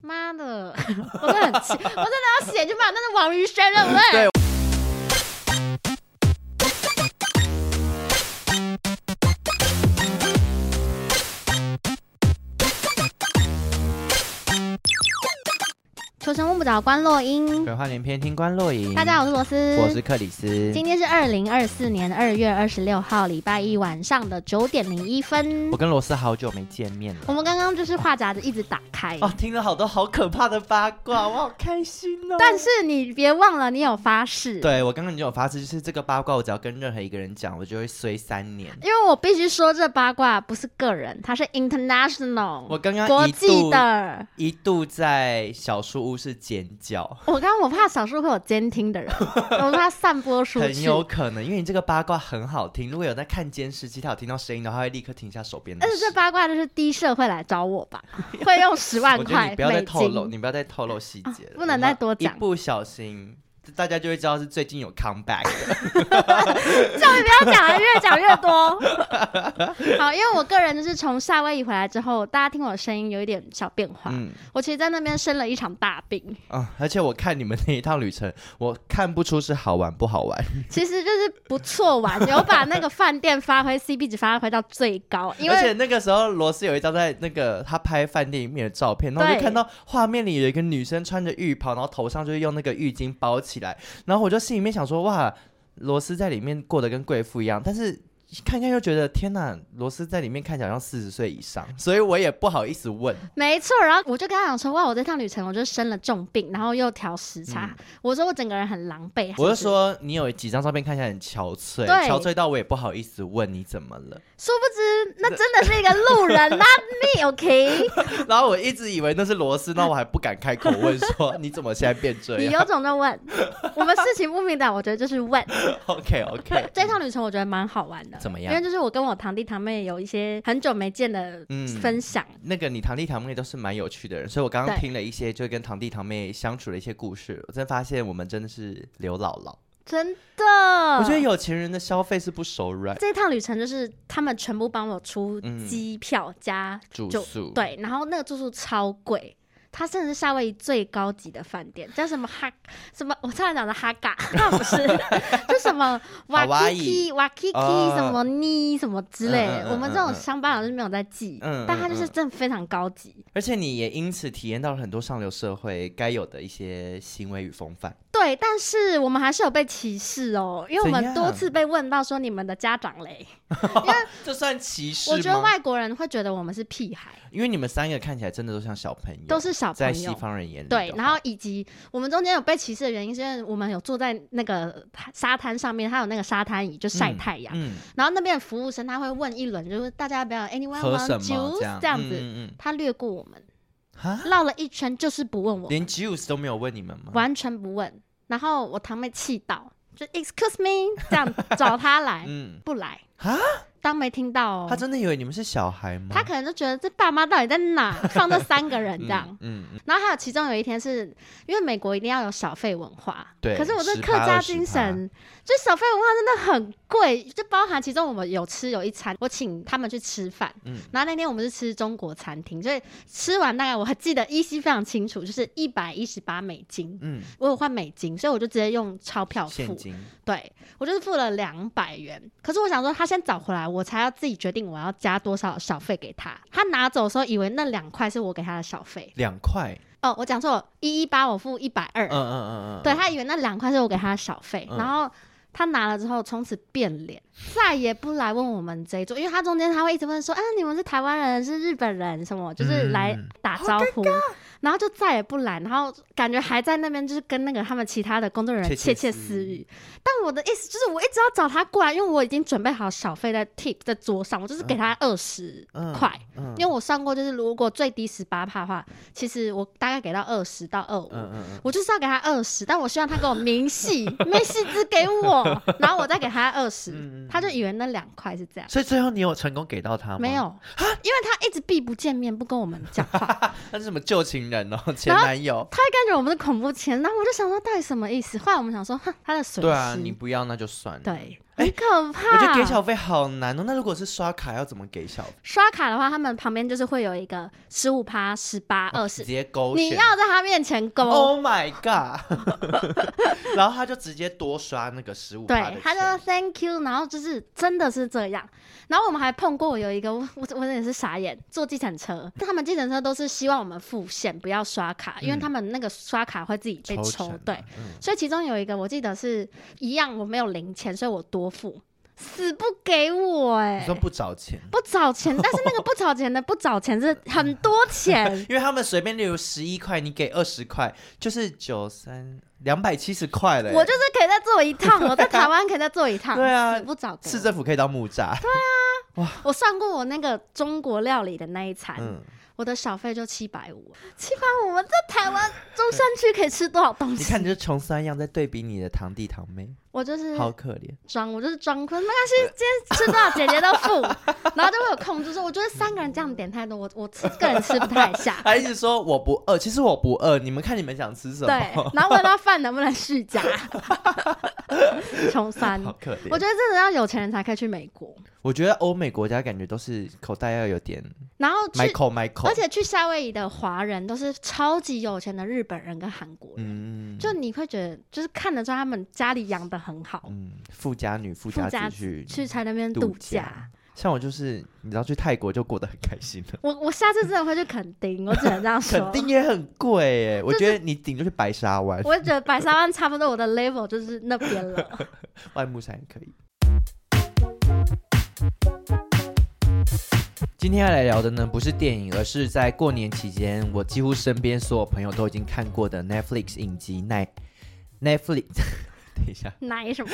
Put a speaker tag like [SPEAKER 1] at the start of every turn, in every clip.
[SPEAKER 1] 妈的，我真的很气，我真的要写就骂，那是王于轩，对不对？
[SPEAKER 2] 对
[SPEAKER 1] 求神问不着关洛英，
[SPEAKER 2] 鬼话连篇，听官落影。
[SPEAKER 1] 大家好，我是罗斯，
[SPEAKER 2] 我是克里斯。
[SPEAKER 1] 今天是二零二四年二月二十六号，礼拜一晚上的九点零一分
[SPEAKER 2] 我。跟罗斯好久没见面了
[SPEAKER 1] 我。们刚刚就是话匣子一直打开，
[SPEAKER 2] 哦，听了好多好可怕的八卦，我好开心哦。
[SPEAKER 1] 但是你别忘了，你有发誓。
[SPEAKER 2] 对我刚刚已经有发誓，就是这个八卦，我只要跟任何一个人讲，我就会衰三年。
[SPEAKER 1] 因为我必须说，这八卦不是个人，它是 international，
[SPEAKER 2] 我刚刚
[SPEAKER 1] 国
[SPEAKER 2] 一
[SPEAKER 1] 际
[SPEAKER 2] 度
[SPEAKER 1] 的。
[SPEAKER 2] 一度在小书屋是尖叫，
[SPEAKER 1] 我刚刚我怕少数会有监听 的人，我怕散播出
[SPEAKER 2] 很
[SPEAKER 1] 去。
[SPEAKER 2] 有可能，因为你这个八卦很好听。如果有在看监视器，他有听到声音的话，他会立刻停下手边的
[SPEAKER 1] 但
[SPEAKER 2] 事。
[SPEAKER 1] 是呃这八卦就是低社会来找我吧， 会用十万
[SPEAKER 2] 我觉得
[SPEAKER 1] 块
[SPEAKER 2] 你不要再
[SPEAKER 1] 美
[SPEAKER 2] 透露，
[SPEAKER 1] 金。啊
[SPEAKER 2] 你不要再透露细节了、
[SPEAKER 1] 不能再多讲
[SPEAKER 2] 我怕一不小心，大家就会知道是最近有 comeback 的。
[SPEAKER 1] 叫你不要讲 了，越讲越多。 好，因为我个人就是从夏威夷回来之后，大家听我的声音有一点小变化。
[SPEAKER 2] 嗯
[SPEAKER 1] 我其实，在那边生了一场大病，
[SPEAKER 2] 啊，而且我看你们那一趟旅程，我看不出是好玩不好玩，
[SPEAKER 1] 其实就是不错玩，有把那个饭店发挥 CP 值发挥到最高，因
[SPEAKER 2] 而且
[SPEAKER 1] 为。
[SPEAKER 2] 那个时候罗斯有一张在那个他拍饭店里面的照片，然后我就
[SPEAKER 1] 对
[SPEAKER 2] 看到画面里有一个女生穿着浴袍，然后头上就是用那个浴巾包起来，然后我就心里面想说，哇，罗斯在里面过得跟贵妇一样，但是。看看又觉得天哪，罗斯在里面看起来好像四十岁以上，所以我也不好意思 问。
[SPEAKER 1] 没错，然后我就跟他讲说，哇，我这趟旅程我就生了重病，然后又调时差，我说我整个人很狼狈。
[SPEAKER 2] 嗯
[SPEAKER 1] 是
[SPEAKER 2] 我就
[SPEAKER 1] 不是，
[SPEAKER 2] 说，你有几张照片看起来很憔
[SPEAKER 1] 对
[SPEAKER 2] 悴，憔悴到我也不好意思问你怎么了。
[SPEAKER 1] 殊不知那真的是一个路 人，not me，OK？、
[SPEAKER 2] 然后我一直以为那是罗斯，那我还不敢开口问 说你怎么现在变这
[SPEAKER 1] 你
[SPEAKER 2] 样。
[SPEAKER 1] 有种就 问，我们事情不明的，我觉得就是问。
[SPEAKER 2] OK OK，
[SPEAKER 1] 这趟旅程我觉得蛮好玩的，
[SPEAKER 2] 怎么
[SPEAKER 1] 因
[SPEAKER 2] 样
[SPEAKER 1] 为？就是我跟我堂弟堂妹有一些很久没见的
[SPEAKER 2] 嗯
[SPEAKER 1] 分享，
[SPEAKER 2] 那个你堂弟堂妹都是蛮有趣的人，所以我刚刚
[SPEAKER 1] 对
[SPEAKER 2] 听了一些就跟堂弟堂妹相处的一些故事，我真发现我们真的是刘姥姥。
[SPEAKER 1] 真的。
[SPEAKER 2] 我觉得有钱人的消费是不手软，
[SPEAKER 1] 这趟旅程就是他们全部帮我出
[SPEAKER 2] 嗯
[SPEAKER 1] 机票加
[SPEAKER 2] 住
[SPEAKER 1] 就
[SPEAKER 2] 宿，
[SPEAKER 1] 对，然后那个住宿超贵，它甚至是夏威夷最高级的饭店，叫什么哈什么，我差点讲的哈嘎，那不是， 就什 么瓦
[SPEAKER 2] Hawaii
[SPEAKER 1] kiki 瓦 kiki
[SPEAKER 2] 啊
[SPEAKER 1] 什么尼什么之类
[SPEAKER 2] 嗯嗯
[SPEAKER 1] 的。
[SPEAKER 2] 嗯
[SPEAKER 1] 我们这种
[SPEAKER 2] 嗯嗯
[SPEAKER 1] 乡巴佬是没有在记
[SPEAKER 2] 嗯嗯，
[SPEAKER 1] 但它就是
[SPEAKER 2] 嗯
[SPEAKER 1] 真的非常高级。
[SPEAKER 2] 而且你也因此体验到了很多上流社会该有的一些行为与风范。
[SPEAKER 1] 对，但是我们还是有被歧视哦，因为我
[SPEAKER 2] 怎
[SPEAKER 1] 们
[SPEAKER 2] 样
[SPEAKER 1] 多次被问到说你们的家长嘞，
[SPEAKER 2] 这算歧视吗？
[SPEAKER 1] 我觉得外国人会觉得我们是屁孩，
[SPEAKER 2] 因为你们三个看起来真的都像小朋友，
[SPEAKER 1] 都是小
[SPEAKER 2] 在
[SPEAKER 1] 朋
[SPEAKER 2] 西
[SPEAKER 1] 友。
[SPEAKER 2] 方人眼里的话。
[SPEAKER 1] 对，然后以及我们中间有被歧视的原因，是因为我们有坐在那个沙滩上面，它有那个沙滩椅，就晒太阳。
[SPEAKER 2] 嗯，
[SPEAKER 1] 然后那边的服务生他会问一轮，就是大家要不要 anyone
[SPEAKER 2] 喝
[SPEAKER 1] want
[SPEAKER 2] 什么
[SPEAKER 1] juice
[SPEAKER 2] 这
[SPEAKER 1] 这样
[SPEAKER 2] 子，
[SPEAKER 1] 子，
[SPEAKER 2] 嗯嗯
[SPEAKER 1] 他略过我们，
[SPEAKER 2] 嗯，哈，
[SPEAKER 1] 绕了一圈就是不问我，
[SPEAKER 2] 连 juice 都没有问你们吗？
[SPEAKER 1] 完全不问。然后我堂妹气到，就 excuse me 这样找他来，
[SPEAKER 2] 嗯，
[SPEAKER 1] 不来
[SPEAKER 2] 啊，
[SPEAKER 1] 当没听到哦
[SPEAKER 2] 他。真的以为你们是小孩吗？
[SPEAKER 1] 他可能就觉得这爸妈到底在 哪放这三个人这样，
[SPEAKER 2] 嗯，嗯嗯，
[SPEAKER 1] 然后还有其中有一天是因为美国一定要有小费文化，
[SPEAKER 2] 对
[SPEAKER 1] 可是我这
[SPEAKER 2] 10%
[SPEAKER 1] 客家精神，就小费文化真的很贵，就包含其中我们有吃有一餐，我请他们去吃饭，
[SPEAKER 2] 嗯
[SPEAKER 1] 然后那天我们是吃中国餐厅，所以吃完大概我还记得依稀非常清楚，就是一百一十八美金。
[SPEAKER 2] 嗯，
[SPEAKER 1] 我有换美金，所以我就直接用钞票付
[SPEAKER 2] 现，金，
[SPEAKER 1] 对我就是付了两百元。可是我想说，他先找回来，我才要自己决定我要加多少小费给他。他拿走的时候，以为那两块是我给他的小费，
[SPEAKER 2] 两块，
[SPEAKER 1] 哦，我讲错，一一八我付一百二
[SPEAKER 2] 嗯，嗯嗯嗯，
[SPEAKER 1] 对
[SPEAKER 2] 嗯，
[SPEAKER 1] 他以为那两块是我给他的小费，
[SPEAKER 2] 嗯
[SPEAKER 1] 然后他拿了之后从此变脸，再也不来问我们这一桌，因为他中间他会一直问说，啊，你们是台湾人，是日本人什么，就是来
[SPEAKER 2] 嗯
[SPEAKER 1] 打招呼，然后就再也不来，然后感觉还在那边就是跟那个他们其他的工作人员窃
[SPEAKER 2] 窃
[SPEAKER 1] 窃
[SPEAKER 2] 窃
[SPEAKER 1] 私
[SPEAKER 2] 私
[SPEAKER 1] 语。但我的意思就是，我一直要找他过来，因为我已经准备好小费在 tip 在桌上，我就是给他二十
[SPEAKER 2] 嗯
[SPEAKER 1] 块。
[SPEAKER 2] 嗯
[SPEAKER 1] 因为我算过，就是如果最低十八帕的话，其实我大概给到二十到二五、
[SPEAKER 2] 嗯嗯嗯，
[SPEAKER 1] 我就是要给他二十，但我希望他给我明 细，明细只给我，然后我再给他二十、
[SPEAKER 2] 嗯嗯
[SPEAKER 1] 他就以为那两块是这样。
[SPEAKER 3] 所以最后你有成功给到他吗？
[SPEAKER 1] 没，有，因为他一直避不见面，不跟我们讲 话，他
[SPEAKER 2] 那是什么旧情人 哦，前男友。
[SPEAKER 1] 会感觉我们是恐怖情人。然后我就想说，到底什么意思？后来我们想说，哼，他的损失，
[SPEAKER 2] 对啊，你不要那就算了。
[SPEAKER 1] 对
[SPEAKER 2] 哎
[SPEAKER 1] 很可怕。
[SPEAKER 2] 我觉得给小费好难哦。那如果是刷卡要怎么给小费？
[SPEAKER 1] 刷卡的话，他们旁边就是会有一个十五趴、十八、二
[SPEAKER 2] 哦直
[SPEAKER 1] 十，
[SPEAKER 2] 接勾选。
[SPEAKER 1] 你要在他面前勾。
[SPEAKER 2] Oh my god！然后 他就直接多刷那个十五
[SPEAKER 1] 对，他就
[SPEAKER 2] 的
[SPEAKER 1] 说
[SPEAKER 2] 钱
[SPEAKER 1] Thank you，然后就是真的是这样。然后我们还碰过有一个，我我我也是傻眼，坐计程车，他们计程车都是希望我们付现，不要刷卡，因为
[SPEAKER 2] 嗯
[SPEAKER 1] 他们那个刷卡会自己被抽，
[SPEAKER 2] 成
[SPEAKER 1] 对，
[SPEAKER 2] 嗯
[SPEAKER 1] 所以其中有一个我记得是一样，我没有零钱，所以我多付，死不给我哎、
[SPEAKER 2] 你说不找钱，
[SPEAKER 1] 不找钱，但是那个不找钱的不找钱是很多
[SPEAKER 2] ，
[SPEAKER 1] 钱
[SPEAKER 2] 因为他们随便例如十一块，你给二十块，就是九三两百七十块了耶。
[SPEAKER 1] 我就是可以再做一趟，我在台湾可以再做一趟，
[SPEAKER 2] 对啊
[SPEAKER 1] 死不找给
[SPEAKER 2] 市
[SPEAKER 1] 我。
[SPEAKER 2] 政府可以当木栅。
[SPEAKER 1] 我算过我那个中国料理的那一餐，
[SPEAKER 2] 嗯，
[SPEAKER 1] 我的小费就七百五，七百五，我们在台 湾中山区可以吃多少东
[SPEAKER 2] 你
[SPEAKER 1] 西？
[SPEAKER 2] 看你就穷酸样在对比你的堂弟堂妹，
[SPEAKER 1] 我就是
[SPEAKER 2] 好可怜。。
[SPEAKER 1] 装，我就是装坤，没关系，今天吃多少姐姐都付，然后就会有控制说，我觉得三个人这样点太多，我我吃个人吃不太下
[SPEAKER 2] 还一直说我不饿，其实我不饿，你们看你们想吃什
[SPEAKER 1] 对
[SPEAKER 2] 么？，
[SPEAKER 1] 然后问他饭能不能续 加，穷酸。
[SPEAKER 2] 嗯好可怜。
[SPEAKER 1] 我觉得真的要有钱人才可以去美国，
[SPEAKER 2] 我觉得欧美国家感觉都是口袋要有点
[SPEAKER 1] 然后去，
[SPEAKER 2] Michael Michael，
[SPEAKER 1] 而且去夏威夷的华人都是超级有钱的日本人跟韩国人，
[SPEAKER 2] 嗯，
[SPEAKER 1] 就你会觉得就是看得出他们家里养的很好，
[SPEAKER 2] 嗯富家女富
[SPEAKER 1] 富家
[SPEAKER 2] 家子
[SPEAKER 1] 子
[SPEAKER 2] 去
[SPEAKER 1] 去才那边度
[SPEAKER 2] 度
[SPEAKER 1] 假
[SPEAKER 2] 假。像我就是你知道去泰国就过得很开心了，
[SPEAKER 1] 我我下次真的会去垦丁，我只能这样说。
[SPEAKER 2] 肯定也很贵耶。我觉得你顶多去白沙湾、
[SPEAKER 1] 我也觉得白沙湾差不多我的 level 就是那边了。
[SPEAKER 2] 外木山也可以。今天要来聊的呢，不是电影，而是在过年期间，我几乎身边所有朋友都已经看过的 Netflix 影集奈 Netflix。等 一下，
[SPEAKER 1] 奶什么？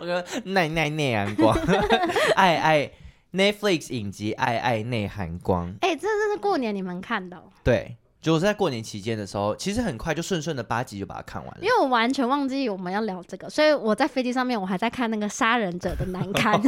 [SPEAKER 2] 我说奈奈内涵光， 爱爱 Netflix 影集爱爱内涵光。
[SPEAKER 1] 哎、这这是过年你们看的哦、
[SPEAKER 2] 对，就是在过年期间的时候，其实很快就顺顺的八集就把它看完了。
[SPEAKER 1] 因为我完全忘记我们要聊这个，所以我在飞机上面我还在看那个《杀人者的难 堪》，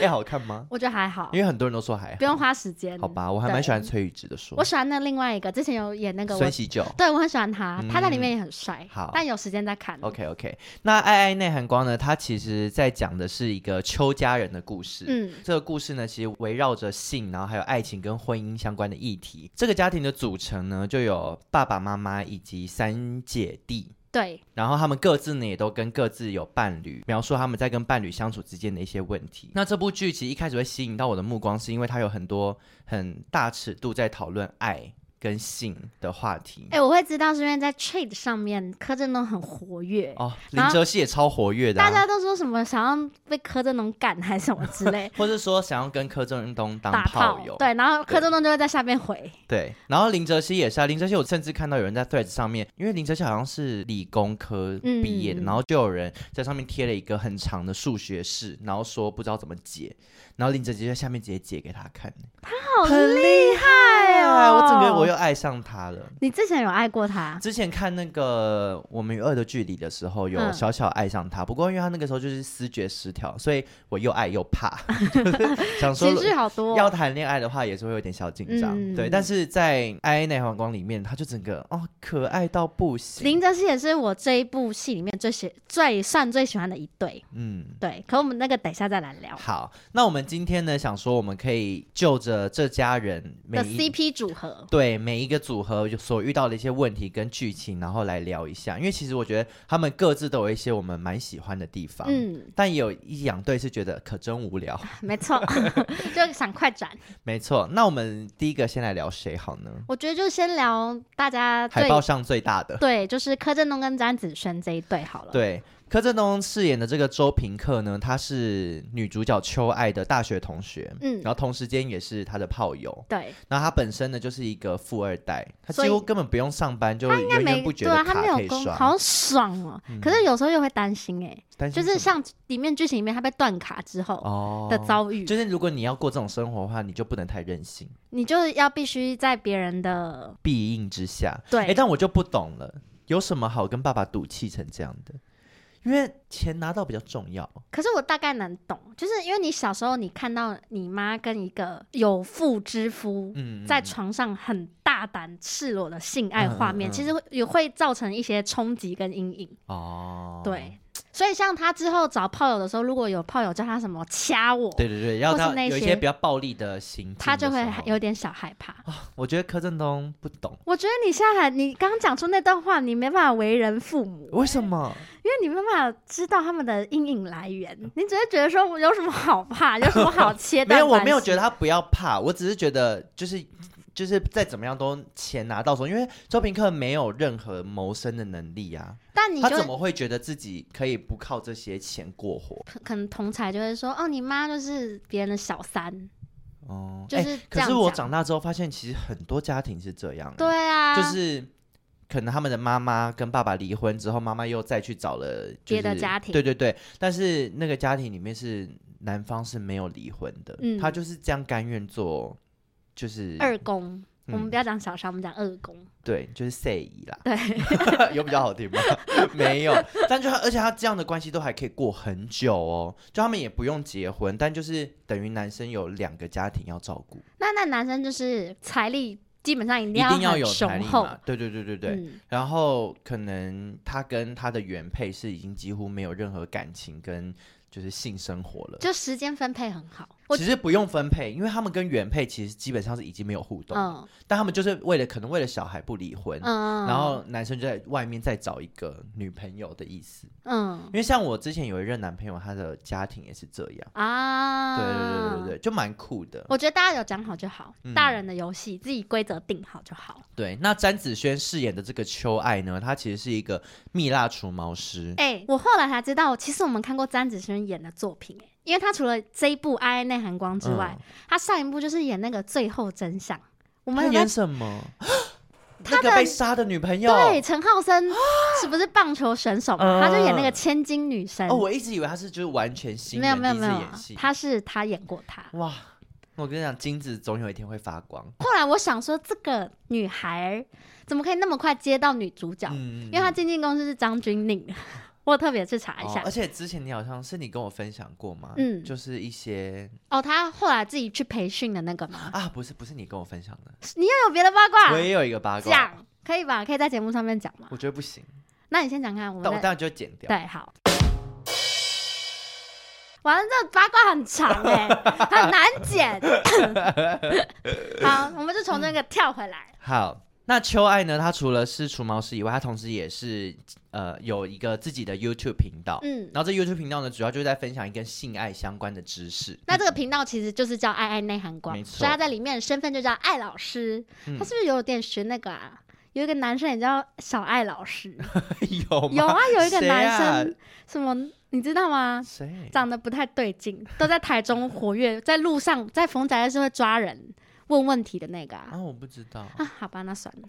[SPEAKER 2] 哎、好看吗？
[SPEAKER 1] 我觉得还好
[SPEAKER 2] 因，为很多人都说还
[SPEAKER 1] 不用花时间。
[SPEAKER 2] 好，吧，我还蛮喜欢崔宇植的说
[SPEAKER 1] 我，喜欢那另外一个，之前有演那个我
[SPEAKER 2] 孙，喜九。
[SPEAKER 1] 对我很喜欢他，
[SPEAKER 2] 嗯
[SPEAKER 1] 他在里面也很帅。
[SPEAKER 2] 好
[SPEAKER 1] 但有时间再看。
[SPEAKER 2] OK OK，那《爱爱内涵光》呢？它其实在讲的是一个邱家人的故事。
[SPEAKER 1] 嗯，
[SPEAKER 2] 这个故事呢，其实围绕着性，然后还有爱情跟婚姻相关的议题。这个家庭的组成呢，就有爸爸妈妈以及三姐弟。
[SPEAKER 1] 对，
[SPEAKER 2] 然后他们各自呢也都跟各自有伴侣，描述他们在跟伴侣相处之间的一些问题。那这部剧其实一开始会吸引到我的目光，是因为它有很多很大尺度在讨论爱跟性的话题。
[SPEAKER 1] 哎、我会知道是因为在 Trade 上面柯震东很活跃。
[SPEAKER 2] 哦，
[SPEAKER 1] 然
[SPEAKER 2] 林
[SPEAKER 1] 后
[SPEAKER 2] 哲熹也超活跃的、
[SPEAKER 1] 大
[SPEAKER 2] 啊，，
[SPEAKER 1] 家都说什么想要被柯震东干还是什么之类
[SPEAKER 2] 或是说想要跟柯震东 当
[SPEAKER 1] 打炮
[SPEAKER 2] 炮友，
[SPEAKER 1] 对，然后
[SPEAKER 2] 对
[SPEAKER 1] 柯震东就会在下面回，
[SPEAKER 2] 对然后林哲熹也是啊，林哲熹我甚至看到有人在 Threads 上面，因啊为林哲熹好像是理工科
[SPEAKER 1] 嗯
[SPEAKER 2] 毕业的，然后就有人在上面贴了一个很长的数学式，然后说不知道怎么解，然后林哲熹在下面直接解给他看，
[SPEAKER 1] 好厉哦害
[SPEAKER 2] 哎，
[SPEAKER 1] 哦！
[SPEAKER 2] 我整个我又爱上他了。
[SPEAKER 1] 你之前有爱过他，
[SPEAKER 2] 之前看那个《我们与恶的距离》的时候，有
[SPEAKER 1] 嗯
[SPEAKER 2] 小小爱上他，不过因为他那个时候就是思觉失调，所以我又爱又 怕，想说
[SPEAKER 1] 情绪好多
[SPEAKER 2] 要
[SPEAKER 1] 哦，
[SPEAKER 2] 谈恋爱的话，也是会有点小紧张，
[SPEAKER 1] 嗯
[SPEAKER 2] 对。但是在《I A 内环光》里面，他就整个哦，可爱到不行，
[SPEAKER 1] 林哲熹也是我这一部戏里面最喜最算最喜欢的一对，
[SPEAKER 2] 嗯。
[SPEAKER 1] 对。可我们那个等一下再来聊
[SPEAKER 2] 好，那我们今天呢，想说我们可以就着这家人每
[SPEAKER 1] 的
[SPEAKER 2] 一
[SPEAKER 1] CP 组合，
[SPEAKER 2] 对每一个组合有所遇到的一些问题跟剧情，然后来聊一下，因为其实我觉得他们各自都有一些我们蛮喜欢的地方，
[SPEAKER 1] 嗯，
[SPEAKER 2] 但也有一两对是觉得可真 无聊。
[SPEAKER 1] 没 错，就想快转。
[SPEAKER 2] 没错，那我们第一个先来聊谁好呢？
[SPEAKER 1] 我觉得就先聊大家
[SPEAKER 2] 海
[SPEAKER 1] 最
[SPEAKER 2] 报上最大的，
[SPEAKER 1] 对，就是柯震东跟詹子萱这一对好了。
[SPEAKER 2] 对，柯震东饰演的这个周平克呢，他是女主角秋爱的大学同学，
[SPEAKER 1] 嗯，
[SPEAKER 2] 然后同时间也是她的炮友。
[SPEAKER 1] 对，
[SPEAKER 2] 然后他本身呢就是一个富二代，他
[SPEAKER 1] 所
[SPEAKER 2] 几
[SPEAKER 1] 以
[SPEAKER 2] 乎根本不用上班就
[SPEAKER 1] 他应该
[SPEAKER 2] 源源
[SPEAKER 1] 没
[SPEAKER 2] 不绝
[SPEAKER 1] 对
[SPEAKER 2] 的
[SPEAKER 1] 啊，他
[SPEAKER 2] 卡
[SPEAKER 1] 没
[SPEAKER 2] 可
[SPEAKER 1] 有
[SPEAKER 2] 以
[SPEAKER 1] 工，
[SPEAKER 2] 刷。嗯
[SPEAKER 1] 好爽哦。可是有时候又会担心哎，
[SPEAKER 2] 担心
[SPEAKER 1] 就
[SPEAKER 2] 什
[SPEAKER 1] 是
[SPEAKER 2] 么
[SPEAKER 1] 像里面剧情里面他被断卡之后
[SPEAKER 2] 哦
[SPEAKER 1] 的遭遇，
[SPEAKER 2] 就是如果你要过这种生活的话，你就不能太任性，
[SPEAKER 1] 你就要必须在别人的
[SPEAKER 2] 必应之下。哎、
[SPEAKER 1] 对
[SPEAKER 2] 但我就不懂了，有什么好跟爸爸赌气成这样的？因为钱拿到比较重要。
[SPEAKER 1] 可是我大概能懂，就是因为你小时候你看到你妈跟一个有妇之夫
[SPEAKER 2] 嗯，
[SPEAKER 1] 在床上很大胆赤裸的性爱画面，
[SPEAKER 2] 嗯嗯嗯
[SPEAKER 1] 其实会也会造成一些冲击跟阴影。
[SPEAKER 2] 哦，
[SPEAKER 1] 对，所以像他之后找炮友的时候，如果有炮友叫他什么掐我，
[SPEAKER 2] 对对对，要
[SPEAKER 1] 或是
[SPEAKER 2] 他
[SPEAKER 1] 那
[SPEAKER 2] 有一
[SPEAKER 1] 些
[SPEAKER 2] 些比较暴力的行径的时候，
[SPEAKER 1] 他就会有点小害怕。
[SPEAKER 2] 我觉得柯震东不懂
[SPEAKER 1] 我觉得你现在还你刚刚讲出那段话，你没办法为人父母，
[SPEAKER 2] 为什么，
[SPEAKER 1] 因为你没办法知道他们的阴影来源，你只会觉得说有什么好怕，有什么好 切
[SPEAKER 2] 嗯没
[SPEAKER 1] 断
[SPEAKER 2] 有，我
[SPEAKER 1] 关系。
[SPEAKER 2] 没有觉得他不要怕，我只是觉得就是。就是再怎么样都钱拿到手，因为周平克没有任何谋生的能力啊，
[SPEAKER 1] 但你
[SPEAKER 2] 他
[SPEAKER 1] 就
[SPEAKER 2] 怎么会觉得自己可以不靠这些钱过活？
[SPEAKER 1] 可可能同才就会说，哦，你妈就是别人的小三，
[SPEAKER 2] 哦，
[SPEAKER 1] 就
[SPEAKER 2] 哎
[SPEAKER 1] 是这
[SPEAKER 2] 可
[SPEAKER 1] 样
[SPEAKER 2] 是我
[SPEAKER 1] 讲
[SPEAKER 2] 长大之后发现，其实很多家庭是这样，
[SPEAKER 1] 对、啊，
[SPEAKER 2] 就是可能他们的妈妈跟爸爸离婚之后，妈妈又再去找了、就
[SPEAKER 1] 别
[SPEAKER 2] 是、
[SPEAKER 1] 的家庭
[SPEAKER 2] 对对对，但是那个家庭里面是男方是没有离婚的，
[SPEAKER 1] 嗯
[SPEAKER 2] 他就是这样甘愿做，就是
[SPEAKER 1] 二公。
[SPEAKER 2] 嗯
[SPEAKER 1] 我们不要讲小三，我们讲二公。
[SPEAKER 2] 对，就是 say 姨啦，
[SPEAKER 1] 对，
[SPEAKER 2] 有比较好听吗？没有，但就他，而且他这样的关系都还可以过很久哦，就他们也不用结婚，但就是等于男生有两个家庭要照顾，
[SPEAKER 1] 那那男生就是财力基本上一定
[SPEAKER 2] 一定要
[SPEAKER 1] 很
[SPEAKER 2] 有财
[SPEAKER 1] 雄
[SPEAKER 2] 力
[SPEAKER 1] 厚，
[SPEAKER 2] 嘛，对对对对对，
[SPEAKER 1] 嗯，
[SPEAKER 2] 然后可能他跟他的原配是已经几乎没有任何感情跟就是性生活了，
[SPEAKER 1] 就时间分配很好。我
[SPEAKER 2] 其实不用分配，因为他们跟原配其实基本上是已经没有互动了，
[SPEAKER 1] 嗯
[SPEAKER 2] 但他们就是为了可能为了小孩不离婚。
[SPEAKER 1] 嗯，
[SPEAKER 2] 然后男生就在外面再找一个女朋友的意思，
[SPEAKER 1] 嗯
[SPEAKER 2] 因为像我之前有一任男朋友，他的家庭也是这样，
[SPEAKER 1] 啊，
[SPEAKER 2] 对对对对对，就蛮酷的。
[SPEAKER 1] 我觉得大家有讲好就好，
[SPEAKER 2] 嗯
[SPEAKER 1] 大人的游戏自己规则定好就好。
[SPEAKER 2] 对，那詹子萱饰演的这个秋爱呢，她其实是一个蜜蜡除毛师，
[SPEAKER 1] 哎、我后来才知道，其实我们看过詹子萱演的作品、哎，因为她除了这一部《爱爱内涵光》之外，
[SPEAKER 2] 嗯
[SPEAKER 1] 她上一部就是演那个《最后真相》，我
[SPEAKER 2] 他
[SPEAKER 1] 们有在
[SPEAKER 2] 演 什么？那个被杀的女朋友。
[SPEAKER 1] 对，陈浩 森是不是棒球选手嘛？
[SPEAKER 2] 嗯
[SPEAKER 1] 他就演那个千金女生。
[SPEAKER 2] 哦，我一直以为他是就是完全新
[SPEAKER 1] 没有
[SPEAKER 2] 人，
[SPEAKER 1] 没有
[SPEAKER 2] 第一
[SPEAKER 1] 没
[SPEAKER 2] 次
[SPEAKER 1] 有
[SPEAKER 2] 演，戏。
[SPEAKER 1] 他是他演过他。
[SPEAKER 2] 哇，我跟你讲，金子总有一天会发光。
[SPEAKER 1] 后来我想说，这个女孩怎么可以那么快接到女主角？
[SPEAKER 2] 嗯
[SPEAKER 1] 因为她经纪公司是张钧甯的，我有特别去查一
[SPEAKER 2] 哦
[SPEAKER 1] 下。
[SPEAKER 2] 而且之前你好像是你跟我分享过嘛，
[SPEAKER 1] 嗯
[SPEAKER 2] 就是一些
[SPEAKER 1] 哦，她后来自己去培训的那个吗？
[SPEAKER 2] 啊，不是不是你跟我分享的，
[SPEAKER 1] 你又有别的八卦
[SPEAKER 2] 我？也有一个八卦，
[SPEAKER 1] 讲可以吧？可以在节目上面讲吗？
[SPEAKER 2] 我觉得不行，
[SPEAKER 1] 那你先讲看，我
[SPEAKER 2] 但我
[SPEAKER 1] 们
[SPEAKER 2] 当然就会剪掉。
[SPEAKER 1] 对好。完了，这八卦很长哎、很难 剪。好，我们就从那个跳回来。
[SPEAKER 2] 好。那秋爱呢？她除了是除毛师以外，她同时也是呃有一个自己的 YouTube 频道。
[SPEAKER 1] 嗯，
[SPEAKER 2] 然后这 YouTube 频道呢，主要就是在分享一跟性爱相关的知识。
[SPEAKER 1] 那这个频道其实就是叫“爱爱内涵光”，
[SPEAKER 2] 没错
[SPEAKER 1] 所以他在里面的身份就叫艾老师。
[SPEAKER 2] 嗯
[SPEAKER 1] 他是不是有点学那个啊？有一个男生也叫小艾老师，
[SPEAKER 2] 有吗
[SPEAKER 1] 有啊，有一个
[SPEAKER 2] 谁
[SPEAKER 1] 男
[SPEAKER 2] 啊
[SPEAKER 1] 生、什么，你知道吗？
[SPEAKER 2] 谁？
[SPEAKER 1] 长得不太对劲，都在台中活跃，在路上，在逢宅是会抓人问问题的那个啊。
[SPEAKER 2] 啊，我不知道，
[SPEAKER 1] 啊，好吧，那算了，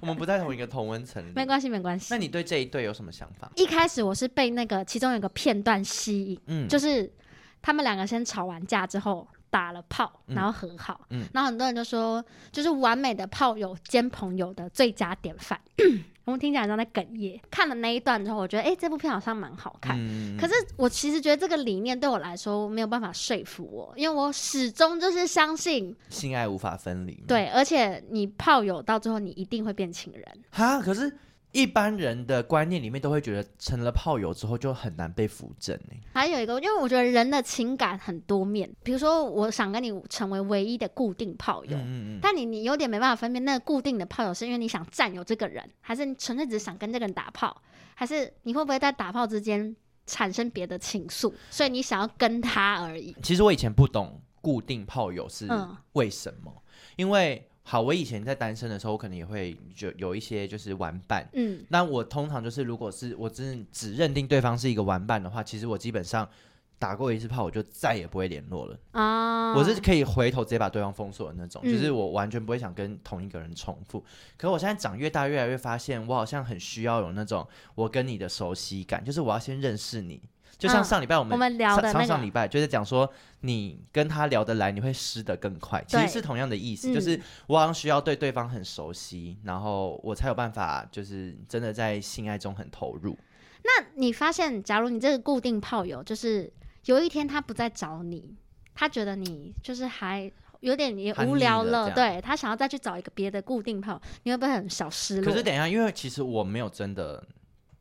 [SPEAKER 2] 我们不在同一个同温层里。
[SPEAKER 1] 没关系，没关
[SPEAKER 2] 那
[SPEAKER 1] 系。
[SPEAKER 2] 你对这一对有什么想法？
[SPEAKER 1] 一开始我是被那个其中有个片段吸引，
[SPEAKER 2] 嗯，
[SPEAKER 1] 就是他们两个先吵完架之后打了炮，
[SPEAKER 2] 嗯
[SPEAKER 1] 然后和好，
[SPEAKER 2] 嗯
[SPEAKER 1] 然后很多人就说，就是完美的炮友兼朋友的最佳典范。 我们听起来好像在哽咽。看了那一段之后，我觉得哎、诶这部片好像蛮好看。
[SPEAKER 2] 嗯
[SPEAKER 1] 可是我其实觉得这个理念对我来说没有办法说服我，因为我始终就是相信，
[SPEAKER 2] 性爱无法分离。，
[SPEAKER 1] 对，而且你炮友到最后你一定会变情人。
[SPEAKER 2] 哈，可是一般人的观念里面都会觉得，成了炮友之后就很难被扶正欸
[SPEAKER 1] 还有一个，因为我觉得人的情感很多面，比如说我想跟你成为唯一的固定炮友，
[SPEAKER 2] 嗯嗯嗯，
[SPEAKER 1] 但你你有点没办法分辨，那个固定的炮友是因为你想占有这个人，还是你纯粹只是想跟这个人打炮，还是你会不会在打炮之间产生别的情愫，所以你想要跟
[SPEAKER 2] 嗯
[SPEAKER 1] 他而已。
[SPEAKER 2] 其实我以前不懂固定炮友是
[SPEAKER 1] 嗯
[SPEAKER 2] 为什么，因为好，我以前在单身的时候，我可能也会就有一些就是玩伴。
[SPEAKER 1] 嗯，
[SPEAKER 2] 那我通常就是，如果是我真的只认定对方是一个玩伴的话，其实我基本上打过一次炮，我就再也不会联络了。
[SPEAKER 1] 啊，
[SPEAKER 2] 我是可以回头直接把对方封锁的那种，
[SPEAKER 1] 嗯
[SPEAKER 2] 就是我完全不会想跟同一个人重复。可我现在长越大，越来越发现，我好像很需要有那种我跟你的熟悉感，就是我要先认识你。就像
[SPEAKER 1] 嗯
[SPEAKER 2] 上礼拜我们、
[SPEAKER 1] 我们聊的那
[SPEAKER 2] 上上上
[SPEAKER 1] 个
[SPEAKER 2] 礼拜就是讲说，你跟他聊得来，你会湿得更快，其
[SPEAKER 1] 对嗯
[SPEAKER 2] 实是同样的意思，就是我好像需要对对方很熟悉，然后我才有办法，就是真的在性爱中很投入。
[SPEAKER 1] 那你发现，假如你这个固定炮友，就是有一天他不再找你，他觉得你就是还有点也
[SPEAKER 2] 叛逆
[SPEAKER 1] 无聊了，
[SPEAKER 2] 了这
[SPEAKER 1] 对他想要再去找一个别的固定炮友，你会不会很小失落？
[SPEAKER 2] 可是等一下，因为其实我没有真的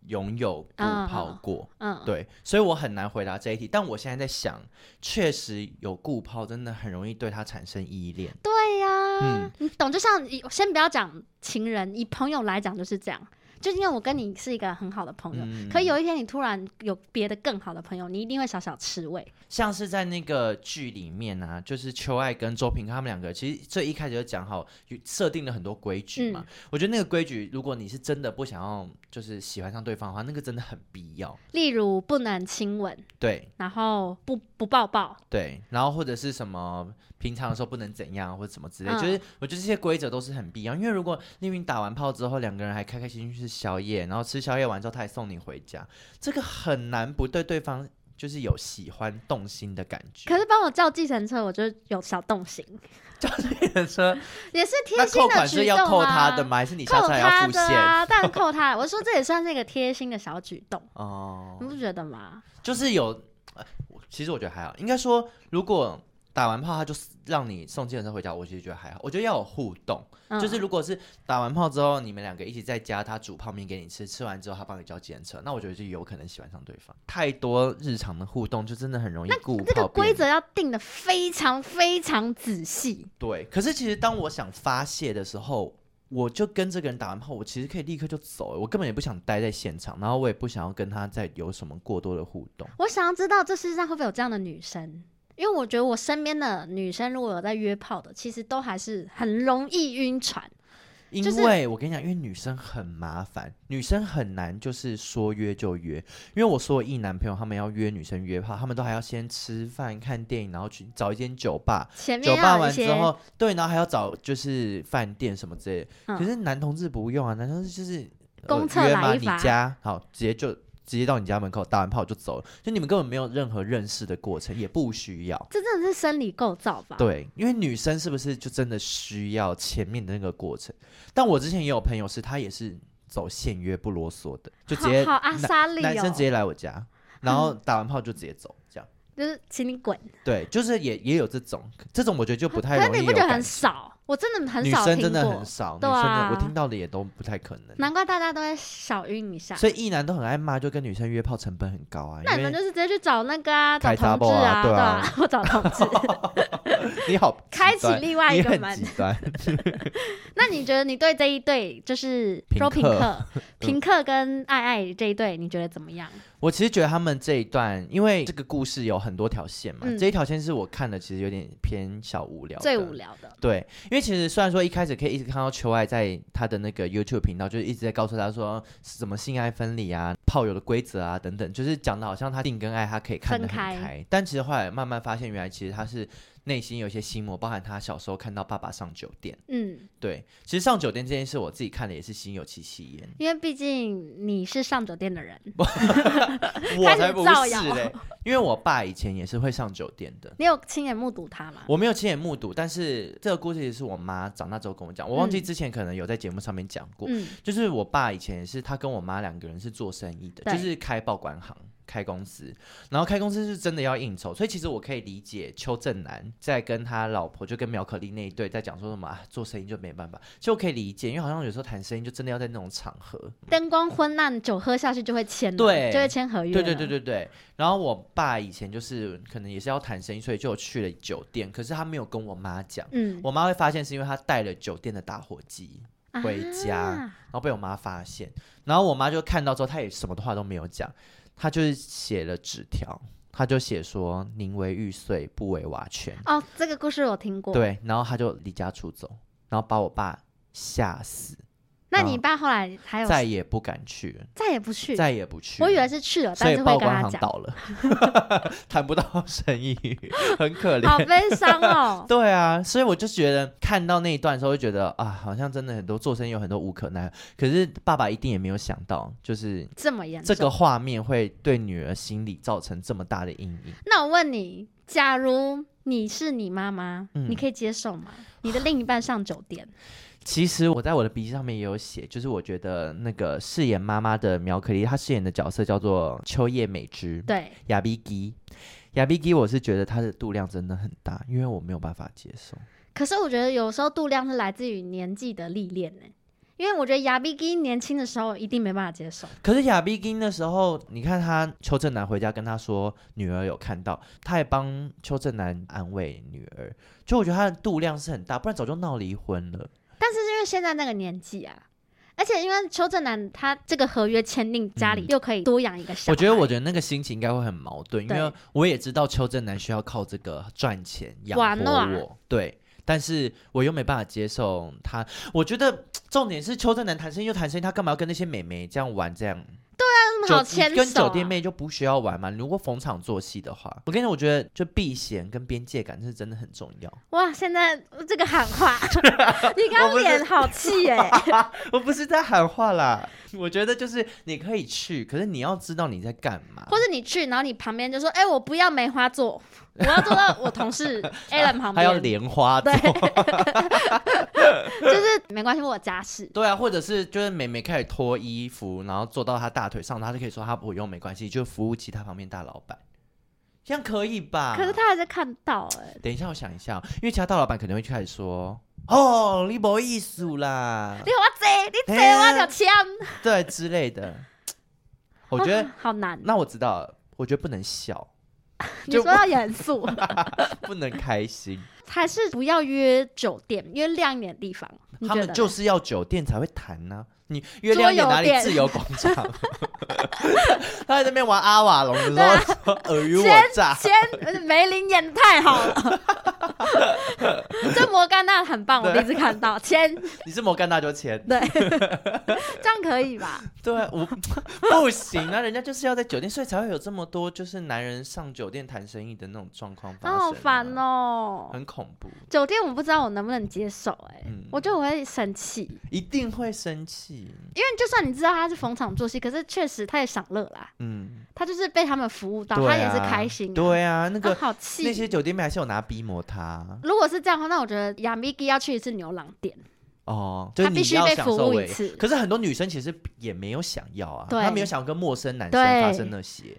[SPEAKER 2] 拥有固
[SPEAKER 1] 嗯
[SPEAKER 2] 泡过，
[SPEAKER 1] 嗯，
[SPEAKER 2] 对，所以我很难回答这一题。但我现在在想，确实有固泡真的很容易对他产生依恋。
[SPEAKER 1] 对啊呀、
[SPEAKER 2] 嗯
[SPEAKER 1] 你懂？就像以先不要讲情人，以朋友来讲就是这样。就是因为我跟你是一个很好的朋友，
[SPEAKER 2] 嗯
[SPEAKER 1] 可有一天你突然有别的更好的朋友，你一定会小小吃味。
[SPEAKER 2] 像是在那个剧里面啊，就是秋爱跟周平康他们两个，其实最一开始就讲好，有设定了很多规矩嘛。我觉得那个规矩，如果你是真的不想要，就是喜欢上对方的话，那个真的很必要。
[SPEAKER 1] 例如不能亲吻，
[SPEAKER 2] 对
[SPEAKER 1] 然后不不抱抱，
[SPEAKER 2] 对，然后或者是什么平常的时候不能怎样，或者什么之类，
[SPEAKER 1] 嗯
[SPEAKER 2] 就是我觉得这些规则都是很必要。因为如果例如你打完炮之后，两个人还开开心心去吃宵夜，然后吃宵夜完之后他还送你回家，这个很难不对对方就是有喜欢动心的感觉。
[SPEAKER 1] 可是帮我叫计程车，我就有小动心，
[SPEAKER 2] 是 车
[SPEAKER 1] 也是贴
[SPEAKER 2] 那
[SPEAKER 1] 心
[SPEAKER 2] 扣
[SPEAKER 1] 的
[SPEAKER 2] 款是
[SPEAKER 1] 举
[SPEAKER 2] 要
[SPEAKER 1] 动
[SPEAKER 2] 扣他
[SPEAKER 1] 啊。
[SPEAKER 2] 的吗？还是你下
[SPEAKER 1] 扣
[SPEAKER 2] 次还要
[SPEAKER 1] 他
[SPEAKER 2] 付
[SPEAKER 1] 的
[SPEAKER 2] 现？
[SPEAKER 1] 啊，当然扣 他。我说这也算是一个贴心的小举动，
[SPEAKER 2] 哦
[SPEAKER 1] 你，不觉得吗？
[SPEAKER 2] 就是有，呃我其实我觉得还好。应该说，如果打完炮他就让你送计程车回家，我其实觉得还好。我觉得要有互动。
[SPEAKER 1] 嗯、
[SPEAKER 2] 就是如果是打完炮之后，你们两个一起在家，他煮泡面给你吃，吃完之后他帮你叫计程车，那我觉得就有可能喜欢上对方。太多日常的互动，就真的很容易固
[SPEAKER 1] 这个
[SPEAKER 2] 泡
[SPEAKER 1] 规
[SPEAKER 2] 变。
[SPEAKER 1] 则要定的非常非常仔细。
[SPEAKER 2] 对，可是其实当我想发泄的时候，我就跟这个人打完炮，我其实可以立刻就走，我根本也不想待在现场，然后我也不想要跟他再有什么过多的互动。
[SPEAKER 1] 我想要知道这世界上会不会有这样的女生，因为我觉得我身边的女生如果有在约炮的，其实都还是很容易晕船。
[SPEAKER 2] 因
[SPEAKER 1] 就是
[SPEAKER 2] 为我跟你讲，因为女生很麻烦，女生很难就是说约就约。因为我所有一男朋友他们要约女生约炮，他们都还要先吃饭、看电影，然后去找一间酒吧，
[SPEAKER 1] 前面
[SPEAKER 2] 酒吧
[SPEAKER 1] 要有
[SPEAKER 2] 完
[SPEAKER 1] 一
[SPEAKER 2] 之
[SPEAKER 1] 些，
[SPEAKER 2] 后，对，然后还要找就是饭店什么之类的。
[SPEAKER 1] 嗯
[SPEAKER 2] 可是男同志不用啊，男同志就是呃
[SPEAKER 1] 公厕
[SPEAKER 2] 约
[SPEAKER 1] 来
[SPEAKER 2] 嘛，
[SPEAKER 1] 一
[SPEAKER 2] 你
[SPEAKER 1] 发
[SPEAKER 2] 家好，直接就。直接到你家门口打完炮就走了，就你们根本没有任何认识的过程，也不需要。
[SPEAKER 1] 这真的是生理构造吧？
[SPEAKER 2] 对，因为女生是不是就真的需要前面的那个过程？但我之前也有朋友是，她也是走现约不啰嗦的，就直接
[SPEAKER 1] 好好阿
[SPEAKER 2] 男
[SPEAKER 1] 莎莉
[SPEAKER 2] 男生
[SPEAKER 1] 哦嗯
[SPEAKER 2] 直，接来我家，然后打完炮就直接走，这样。
[SPEAKER 1] 就是请你滚。
[SPEAKER 2] 对，就是也也有这种，这种我觉得就不太
[SPEAKER 1] 可是
[SPEAKER 2] 容易
[SPEAKER 1] 你
[SPEAKER 2] 有
[SPEAKER 1] 不觉得
[SPEAKER 2] 感
[SPEAKER 1] 很
[SPEAKER 2] 情
[SPEAKER 1] 少？我真的很
[SPEAKER 2] 女
[SPEAKER 1] 少
[SPEAKER 2] 生
[SPEAKER 1] 听
[SPEAKER 2] 真的
[SPEAKER 1] 过
[SPEAKER 2] 很，少，女
[SPEAKER 1] 对
[SPEAKER 2] 生的
[SPEAKER 1] 啊
[SPEAKER 2] 我听到的也都不太可能。
[SPEAKER 1] 难怪大家都会小晕一下。
[SPEAKER 2] 所以一男都很爱骂，就跟女生约炮成本很高啊。
[SPEAKER 1] 那你
[SPEAKER 2] 因
[SPEAKER 1] 们
[SPEAKER 2] 为
[SPEAKER 1] 就是直接去找那个啊，找
[SPEAKER 2] 开杂
[SPEAKER 1] 同
[SPEAKER 2] 报
[SPEAKER 1] 志
[SPEAKER 2] 啊对
[SPEAKER 1] 对
[SPEAKER 2] 啊
[SPEAKER 1] 啊，我 找同志，
[SPEAKER 2] 你好极
[SPEAKER 1] 开启
[SPEAKER 2] 端
[SPEAKER 1] 另外一
[SPEAKER 2] 你
[SPEAKER 1] 个
[SPEAKER 2] 很
[SPEAKER 1] 门
[SPEAKER 2] 极。端。
[SPEAKER 1] 那你觉得你对这一对就是
[SPEAKER 2] 平
[SPEAKER 1] Pro
[SPEAKER 2] 克嗯
[SPEAKER 1] 平克、平 克跟爱爱这一对，你觉得怎么样？
[SPEAKER 2] 我其实觉得他们这一段，因为这个故事有很多条线嘛，
[SPEAKER 1] 嗯
[SPEAKER 2] 这一条线是我看的，其实有点偏小无聊，
[SPEAKER 1] 最无。聊的，
[SPEAKER 2] 对，因为其实虽然说一开始可以一直看到秋爱在他的那个 YouTube 频道，就是一直在告诉他说是怎么性爱分离啊、炮友的规则啊等等，就是讲的好像他定跟爱他可以看得很开，
[SPEAKER 1] 分开
[SPEAKER 2] 但其实后来慢慢发现，原来其实他是内心有一些心魔，包含他小时候看到爸爸上酒店。
[SPEAKER 1] 嗯，
[SPEAKER 2] 对，其实上酒店这件事我自己看的也是心有戚戚 焉，
[SPEAKER 1] 因为毕竟你是上酒店的人，
[SPEAKER 2] 我才不
[SPEAKER 1] 造
[SPEAKER 2] 是
[SPEAKER 1] 谣
[SPEAKER 2] 嘞，因为我爸以前也是会上酒店的。
[SPEAKER 1] 你有亲眼目睹他吗？
[SPEAKER 2] 我没有亲眼目睹，但是这个故事也是我妈长大之后跟我讲，我忘记
[SPEAKER 1] 嗯
[SPEAKER 2] 之前可能有在节目上面讲过，
[SPEAKER 1] 嗯，
[SPEAKER 2] 就是我爸以前是他跟我妈两个人是做生意的，
[SPEAKER 1] 对
[SPEAKER 2] 就是开报关行。开公司，然后开公司是真的要应酬，所以其实我可以理解邱正南在跟他老婆，就跟苗可丽那一对在讲说什么、啊、做生意就没办法，其实我可以理解，因为好像有时候谈生意就真的要在那种场合，
[SPEAKER 1] 灯光昏暗，酒喝下去就会签了，
[SPEAKER 2] 对
[SPEAKER 1] 就会签合约，
[SPEAKER 2] 对对对，对对。然后我爸以前就是可能也是要谈生意，所以就去了酒店，可是他没有跟我妈讲，
[SPEAKER 1] 嗯，
[SPEAKER 2] 我妈会发现是因为她带了酒店的打火机，回家
[SPEAKER 1] 啊
[SPEAKER 2] 然后被我妈发现，然后我妈就看到之后，她也什么话都没有讲，她就是写了纸条，她就写说“宁为玉碎，不为瓦全
[SPEAKER 1] 哦，这个故事我听”，过，
[SPEAKER 2] 对，然后她就离家出走。然后把我爸吓死，
[SPEAKER 1] 那你爸后来还有
[SPEAKER 2] 再也不敢去了，
[SPEAKER 1] 再也不去？
[SPEAKER 2] 再也不去
[SPEAKER 1] 哎
[SPEAKER 2] 了。
[SPEAKER 1] 我以为是去了，
[SPEAKER 2] 所
[SPEAKER 1] 但
[SPEAKER 2] 以
[SPEAKER 1] 是会
[SPEAKER 2] 报
[SPEAKER 1] 跟
[SPEAKER 2] 关
[SPEAKER 1] 他
[SPEAKER 2] 行
[SPEAKER 1] 讲
[SPEAKER 2] 倒， 了， 谈不到生意，很可
[SPEAKER 1] 好
[SPEAKER 2] 怜。。
[SPEAKER 1] 悲伤哦
[SPEAKER 2] 对啊，所以我就觉得看到那一段的时候，就觉得啊，好像真的很多做生意有很多无可奈何。可是爸爸一定也没有想到，就是
[SPEAKER 1] 这么严
[SPEAKER 2] 这
[SPEAKER 1] 重？
[SPEAKER 2] 个画面会对女儿心理造成这么大的阴影。
[SPEAKER 1] 那我问你，假如你是你妈妈，
[SPEAKER 2] 嗯
[SPEAKER 1] 你可以接受吗？你的另一半上酒 店，
[SPEAKER 2] 其实我在我的笔记上面也有写，就是我觉得那个饰演妈妈的苗可丽，她饰演的角色叫做秋叶美枝，
[SPEAKER 1] 对，
[SPEAKER 2] 亚比基。亚比基，我是觉得她的度量真的很大，因为我没有办法接受。
[SPEAKER 1] 可是我觉得有时候度量是来自于年纪的历练呢、因为我觉得亚比基年轻的时候一定没办法接受，
[SPEAKER 2] 可是亚比金的时候，你看他邱正南回家跟他说女儿有看到，他也帮邱正南安慰女儿，就我觉得他的度量是很大，不然早就闹离婚了。
[SPEAKER 1] 但是因为现在那个年纪啊，而且因为邱正南他这个合约签订，家里
[SPEAKER 2] 嗯
[SPEAKER 1] 又可以多养一个小孩，
[SPEAKER 2] 我觉得，我觉得那个心情应该会很矛盾，因
[SPEAKER 1] 对
[SPEAKER 2] 为我也知道邱正南需要靠这个赚钱养
[SPEAKER 1] 玩
[SPEAKER 2] 活
[SPEAKER 1] 弄
[SPEAKER 2] 我，对，但是我又没办法接受他。我觉得重点是邱正南谈生意就谈生意，他干嘛要跟那些美眉这样玩这样？
[SPEAKER 1] 那么
[SPEAKER 2] 酒
[SPEAKER 1] 好牵手、啊、
[SPEAKER 2] 跟酒店妹就不需要玩嘛。如果逢场作戏的话，我跟你讲，我觉得就避嫌跟边界感是真的很重要。
[SPEAKER 1] 哇，现在这个喊话，你刚刚脸好气耶、
[SPEAKER 2] 我不是在喊话啦，我觉得就是你可以去，可是你要知道你在干嘛。
[SPEAKER 1] 或者你去，然后你旁边就说：“哎、我不要梅花座，我要坐到我同 事 Alan 旁
[SPEAKER 2] 还要
[SPEAKER 1] 边。”
[SPEAKER 2] 莲花座，
[SPEAKER 1] 就是没关系，我有家事。
[SPEAKER 2] 对啊，或者是就是美美开始脱衣服，然后坐到她大腿上，她就可以说她不用没关系，就服务其他旁边大老板，这样可以吧？
[SPEAKER 1] 可是他还是看到哎、
[SPEAKER 2] 等一下，我想一下哦，因为其他大老板可能会开始说。哦，你没意思啦，
[SPEAKER 1] 你给我贼，你
[SPEAKER 2] 嘿
[SPEAKER 1] 贼
[SPEAKER 2] 啊
[SPEAKER 1] 我条枪。
[SPEAKER 2] 对之类的。我觉得
[SPEAKER 1] 哦， 好难。
[SPEAKER 2] 那我知道了，我觉得不能笑，
[SPEAKER 1] 你
[SPEAKER 2] 就
[SPEAKER 1] 说要严肃，
[SPEAKER 2] 不能开心，
[SPEAKER 1] 还是不要约酒店，约亮一点的地方。 你
[SPEAKER 2] 他
[SPEAKER 1] 觉得
[SPEAKER 2] 们
[SPEAKER 1] 呢？
[SPEAKER 2] 就是要酒店才会谈呢、你约
[SPEAKER 1] 桌
[SPEAKER 2] 亮点
[SPEAKER 1] 游
[SPEAKER 2] 哪里
[SPEAKER 1] 店
[SPEAKER 2] 自由广 场？他在那边玩阿瓦隆的时
[SPEAKER 1] 啊
[SPEAKER 2] 候说尔虞我诈，
[SPEAKER 1] 先呃梅林演的太好了，这摩甘娜很棒，我第一次看到。签
[SPEAKER 2] 你是摩甘大就签，
[SPEAKER 1] 对， 这样可以吧？
[SPEAKER 2] 对啊我 不行 啊，人家就是要在酒店，所以才会有这么多就是男人上酒店谈生意的那种状况发生、啊
[SPEAKER 1] 那好烦、哦。
[SPEAKER 2] 很恐怖，
[SPEAKER 1] 酒店我不知道我能不能接受、哎、
[SPEAKER 2] 嗯
[SPEAKER 1] 我觉得我会生气，因
[SPEAKER 2] 一定会生气，
[SPEAKER 1] 为就算你知道他是逢场作戏，可是确实他也享乐啦，
[SPEAKER 2] 嗯，
[SPEAKER 1] 他就是被他们服务到，
[SPEAKER 2] 对
[SPEAKER 1] 他也是
[SPEAKER 2] 啊
[SPEAKER 1] 开心、啊，
[SPEAKER 2] 对啊，那
[SPEAKER 1] 啊
[SPEAKER 2] 个、
[SPEAKER 1] 好
[SPEAKER 2] 那些
[SPEAKER 1] 气。
[SPEAKER 2] 酒店妹还是有拿逼磨他
[SPEAKER 1] 如果是这样的话，那我觉得亚米基要去一次牛郎店，
[SPEAKER 2] 哦，就是
[SPEAKER 1] 他
[SPEAKER 2] 你
[SPEAKER 1] 必须
[SPEAKER 2] 要
[SPEAKER 1] 被
[SPEAKER 2] 享
[SPEAKER 1] 服
[SPEAKER 2] 受
[SPEAKER 1] 务一
[SPEAKER 2] 为
[SPEAKER 1] 次
[SPEAKER 2] 可是很多女生其实也没有想要啊，
[SPEAKER 1] 对
[SPEAKER 2] 她没有想要跟陌生男生
[SPEAKER 1] 对
[SPEAKER 2] 发生那些。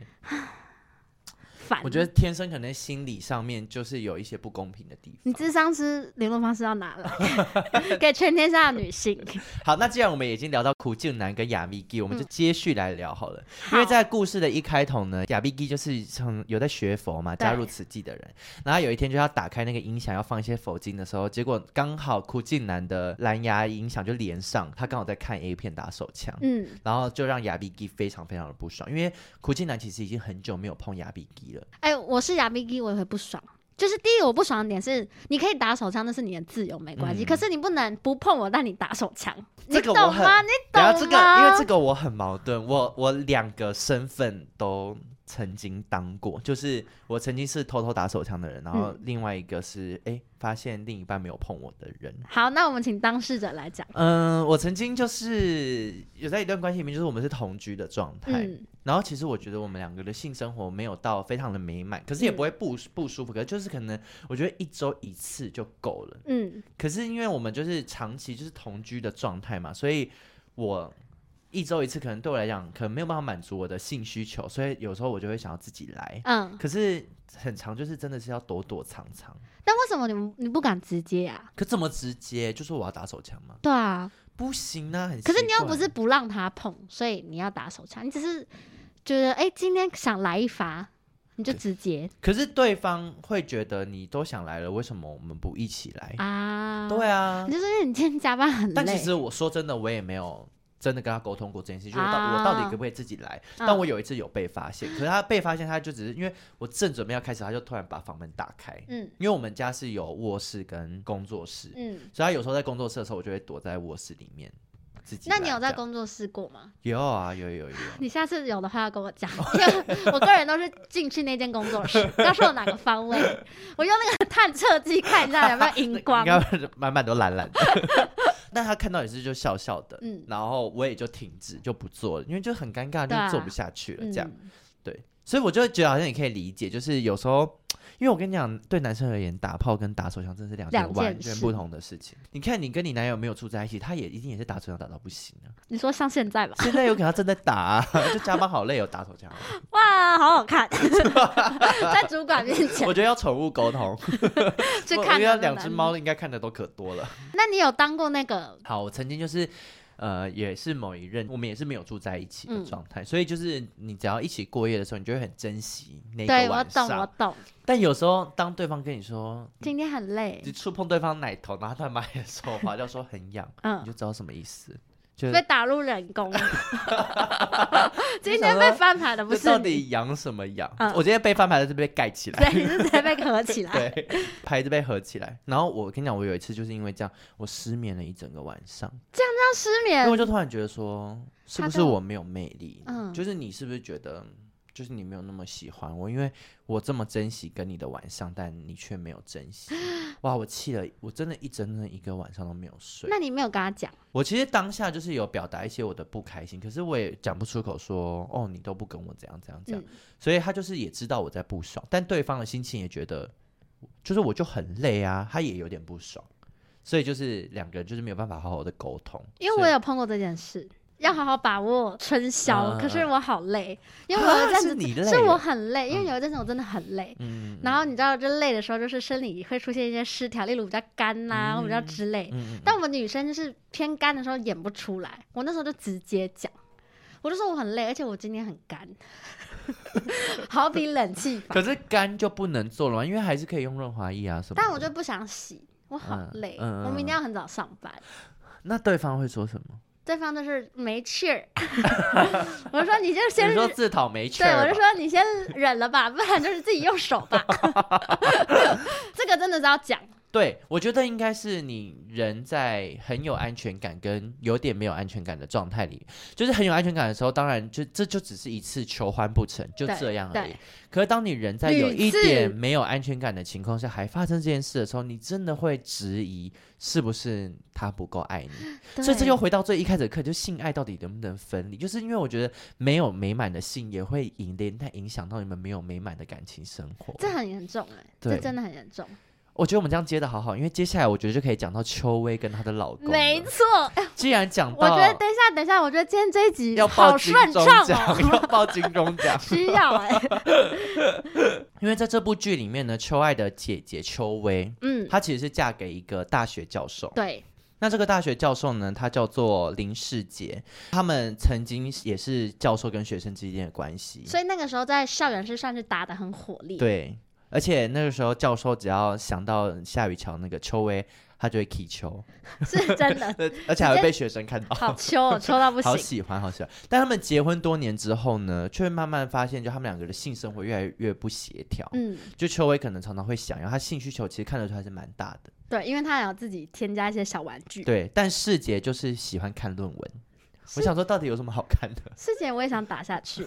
[SPEAKER 1] 烦。
[SPEAKER 2] 我觉得天生可能心理上面就是有一些不公平的地
[SPEAKER 1] 你
[SPEAKER 2] 方。
[SPEAKER 1] 智商师联络方式要 拿来给全天下的女性。
[SPEAKER 2] 好，那既然我们已经聊到苦静男跟亚米基，我们就接续来聊好了。
[SPEAKER 1] 嗯好
[SPEAKER 2] 因为在故事的一开头呢，亚比基就是从有在学佛嘛，
[SPEAKER 1] 对
[SPEAKER 2] 加入慈济的人，然后有一天就要打开那个音响，要放一些佛经的时候，结果刚好苦尽男的蓝牙音响就连上，他刚好在看 A 片打手枪。
[SPEAKER 1] 嗯，
[SPEAKER 2] 然后就让亚比基非常非常的不爽，因为苦尽男其实已经很久没有碰亚比基了。
[SPEAKER 1] 哎、我是亚米基，我也会不爽。就是第一，我不爽的点是，你可以打手枪，那是你的自由，没关系。
[SPEAKER 2] 嗯
[SPEAKER 1] 可是你不能不碰我，但你打手枪，
[SPEAKER 2] 这个
[SPEAKER 1] 你懂
[SPEAKER 2] 我很
[SPEAKER 1] 吗？你懂吗？
[SPEAKER 2] 然后这个，因为这个我很矛盾，我我两个身份都曾经当过，就是我曾经是偷偷打手枪的人，然
[SPEAKER 1] 嗯
[SPEAKER 2] 后另外一个是哎、诶发现另一半没有碰我的人。
[SPEAKER 1] 好，那我们请当事者来讲。
[SPEAKER 2] 嗯，我曾经就是有在一段关系里面，就是我们是同居的状态，
[SPEAKER 1] 嗯，
[SPEAKER 2] 然后其实我觉得我们两个的性生活没有到非常的美满，可是
[SPEAKER 1] 嗯
[SPEAKER 2] 也不会不、不舒服，可是就是可能我觉得一周一次就够了。
[SPEAKER 1] 嗯，
[SPEAKER 2] 可是因为我们就是长期就是同居的状态嘛，所以我一周一次可能对我来讲可能没有办法满足我的性需求，所以有时候我就会想要自己来。
[SPEAKER 1] 嗯，
[SPEAKER 2] 可是很长，就是真的是要躲躲藏藏，
[SPEAKER 1] 但为什么你们你不敢直接啊？
[SPEAKER 2] 可这么直接就说我要打手枪吗？
[SPEAKER 1] 对啊，
[SPEAKER 2] 不行啊，很
[SPEAKER 1] 可是你又
[SPEAKER 2] 奇怪
[SPEAKER 1] 不是不让他碰，所以你要打手枪，你只是觉得哎、今天想来一发，你就直接
[SPEAKER 2] 可是对方会觉得你都想来了，为什么我们不一起来？
[SPEAKER 1] 啊。
[SPEAKER 2] 对啊
[SPEAKER 1] 你，就是因为你今天加班很累，
[SPEAKER 2] 但其实我说真的，我也没有真的跟他沟通过这件事，就是我到、
[SPEAKER 1] 啊嗯
[SPEAKER 2] 我到底可不可以自己来？但我有一次有被发现，可是他被发现，他就只是因为我正准备要开始，他就突然把房门打开，
[SPEAKER 1] 嗯
[SPEAKER 2] 因为我们家是有卧室跟工作室，
[SPEAKER 1] 嗯，
[SPEAKER 2] 所以他有时候在工作室的时候，我就会躲在卧室里面自己来
[SPEAKER 1] 那
[SPEAKER 2] 这样。
[SPEAKER 1] 你有在工作室过吗？
[SPEAKER 2] 有啊，有有有。
[SPEAKER 1] 你下次有的话要跟我 讲，因为我个人都是进去那间工作室，告诉我哪个方位，我用那个探测器看一下有没 有荧光
[SPEAKER 2] 应。该满满都蓝蓝 的。但他看到也是就笑笑的，
[SPEAKER 1] 嗯
[SPEAKER 2] 然后我也就停止就不做了，因为就很尴尬，
[SPEAKER 1] 对啊
[SPEAKER 2] 就做不下去了这样。
[SPEAKER 1] 嗯，
[SPEAKER 2] 对，所以我就觉得好像也可以理解，就是有时候，因为我跟你讲，对男生而言，打炮跟打手枪真是两
[SPEAKER 1] 两件
[SPEAKER 2] 完全
[SPEAKER 1] 事
[SPEAKER 2] 不同的事情。你看你跟你男友没有住在一起，他也一定也是打手枪打到不行啊。
[SPEAKER 1] 你说像现在吧，
[SPEAKER 2] 现在有可能他正在打、啊， 就加班好累哦，打手 枪。
[SPEAKER 1] 哇，好好 看， 在主管面前
[SPEAKER 2] 我觉得要宠物 沟通，
[SPEAKER 1] 去
[SPEAKER 2] 我
[SPEAKER 1] 看
[SPEAKER 2] 觉得
[SPEAKER 1] 能不
[SPEAKER 2] 两只
[SPEAKER 1] 能
[SPEAKER 2] 猫应该看的都可多了。
[SPEAKER 1] 那你有当过那个？
[SPEAKER 2] 好，我曾经就是，呃，也是某一任，我们也是没有住在一起的
[SPEAKER 1] 嗯
[SPEAKER 2] 状态，所以就是你只要一起过夜的时候，你就会很珍惜那
[SPEAKER 1] 对
[SPEAKER 2] 个
[SPEAKER 1] 我
[SPEAKER 2] 晚
[SPEAKER 1] 懂，我
[SPEAKER 2] 上。
[SPEAKER 1] 懂。
[SPEAKER 2] 但有时候当对方跟你说
[SPEAKER 1] 今天很累
[SPEAKER 2] 你，触碰对方奶头，然后他突然把你的手划掉，说很痒，你
[SPEAKER 1] 嗯
[SPEAKER 2] 就，知道什么意思。就
[SPEAKER 1] 被打入冷 宫。今
[SPEAKER 2] 想
[SPEAKER 1] 天
[SPEAKER 2] 说
[SPEAKER 1] 被翻牌的不
[SPEAKER 2] 这
[SPEAKER 1] 是
[SPEAKER 2] 到
[SPEAKER 1] 你，
[SPEAKER 2] 底痒什么痒？
[SPEAKER 1] 嗯
[SPEAKER 2] 我今天被翻牌的是被盖起来
[SPEAKER 1] 对，，你是啊直接被合起来。
[SPEAKER 2] 对，牌子被合起来。然后我跟你讲，我有一次就是因为这样，我失眠了一整个晚上。
[SPEAKER 1] 那失
[SPEAKER 2] 因为
[SPEAKER 1] 眠
[SPEAKER 2] 我就突然觉得说，是
[SPEAKER 1] 他
[SPEAKER 2] 不是
[SPEAKER 1] 跟
[SPEAKER 2] 我没有魅力？
[SPEAKER 1] 嗯
[SPEAKER 2] 就是你是不是觉得，就是你没有那么喜欢我？因为我这么珍惜跟你的晚上，但你却没有珍 惜。哇，我气了，我真的一整整一个晚上都没有睡
[SPEAKER 1] 那。你没有跟他讲，
[SPEAKER 2] 我其实当下就是有表达一些我的不开心，可是我也讲不出口说，哦，你都不跟我怎样怎样怎样。
[SPEAKER 1] 嗯
[SPEAKER 2] 所以他就是也知道我在不爽，但对方的心情也觉得，就是我就很累啊，他也有点不爽。所以就是两个人就是没有办法好好的沟通，
[SPEAKER 1] 因为
[SPEAKER 2] 所以
[SPEAKER 1] 我有碰过这件事，要好好把握春宵。
[SPEAKER 2] 嗯
[SPEAKER 1] 可是
[SPEAKER 2] 嗯
[SPEAKER 1] 我好累，因为我有一
[SPEAKER 2] 啊
[SPEAKER 1] 阵
[SPEAKER 2] 是
[SPEAKER 1] 子
[SPEAKER 2] 你
[SPEAKER 1] 是
[SPEAKER 2] 累
[SPEAKER 1] 我
[SPEAKER 2] 了
[SPEAKER 1] 很累，因为有一阵子我真的很累。
[SPEAKER 2] 嗯，
[SPEAKER 1] 然后你知道，就累的时候，就是生理会出现一些失调，例如比较干呐，或比较之类。
[SPEAKER 2] 嗯，嗯
[SPEAKER 1] 但我们女生就是偏干的时候演不出来，我那时候就直接讲，我就说我很累，而且我今天很干， 好比冷气房，
[SPEAKER 2] 可是干就不能做了嘛，因为还是可以用润滑液啊什么的。
[SPEAKER 1] 但我就不想洗，我好
[SPEAKER 2] 嗯
[SPEAKER 1] 累，
[SPEAKER 2] 嗯嗯
[SPEAKER 1] 我明天
[SPEAKER 2] 嗯
[SPEAKER 1] 要很早上班。
[SPEAKER 2] 那对方会说什么？
[SPEAKER 1] 对方就是没气儿， 我就说你就先
[SPEAKER 2] 你说自讨没趣
[SPEAKER 1] 对，
[SPEAKER 2] 儿吧。
[SPEAKER 1] 我就说你先忍了吧，不然就是自己用手吧。 这个真的是要讲，
[SPEAKER 2] 对，我觉得应该是你人在很有安全感跟有点没有安全感的状态里，就是很有安全感的时候，当然就这就只是一次求欢不成，就
[SPEAKER 1] 对
[SPEAKER 2] 这样而已
[SPEAKER 1] 对。
[SPEAKER 2] 可是当你人在有
[SPEAKER 1] 屡
[SPEAKER 2] 一
[SPEAKER 1] 次
[SPEAKER 2] 点没有安全感的情况下，还发生这件事的时候，你真的会质疑是不是他不够爱你。 所以这
[SPEAKER 1] 对
[SPEAKER 2] 就回到最一开始的课，就性爱到底能不能分离？就是因为我觉得没有美满的性也会影连带影响到你们没有美满的感情生活。
[SPEAKER 1] 这很严重哎、这
[SPEAKER 2] 对
[SPEAKER 1] 真的很严重，
[SPEAKER 2] 我觉得我们这样接的好好，因为接下来我觉得就可以讲到秋薇跟她的老公了。
[SPEAKER 1] 没错。
[SPEAKER 2] 既然讲
[SPEAKER 1] 我
[SPEAKER 2] 到，
[SPEAKER 1] 觉得等一下，等一下，我觉得今天这一集
[SPEAKER 2] 要
[SPEAKER 1] 好
[SPEAKER 2] 报金
[SPEAKER 1] 顺
[SPEAKER 2] 钟
[SPEAKER 1] 畅
[SPEAKER 2] 奖，
[SPEAKER 1] 哦，，
[SPEAKER 2] 要报金钟奖
[SPEAKER 1] 需要哎、
[SPEAKER 2] 因为在这部剧里面呢，秋爱的姐姐秋薇，
[SPEAKER 1] 嗯，
[SPEAKER 2] 她其实是嫁给一个大学教授。
[SPEAKER 1] 对，
[SPEAKER 2] 那这个大学教授呢，他叫做林世杰，他们曾经也是教授跟学生之间的关系。
[SPEAKER 1] 所以那个时候在校园是算是打的很火力，，
[SPEAKER 2] 对，而且那个时候教授只要想到夏雨乔那个秋薇，他就会踢球，
[SPEAKER 1] 是真 的
[SPEAKER 2] 而且还会被学生看到。
[SPEAKER 1] 好秋哦，秋到不
[SPEAKER 2] 好
[SPEAKER 1] 行，
[SPEAKER 2] 喜欢，好喜欢。但他们结婚多年之后呢，却慢慢发现，就他们两个的性生活越来越不协调。
[SPEAKER 1] 嗯，
[SPEAKER 2] 就秋薇可能常常会想要，她性需求其实看得出来是蛮大的。
[SPEAKER 1] 对，因为他还有自己添加一些小玩具。
[SPEAKER 2] 对，但世杰就是喜欢看论文。我想说，到底有什么好看的？
[SPEAKER 1] 师姐，我也想打下去，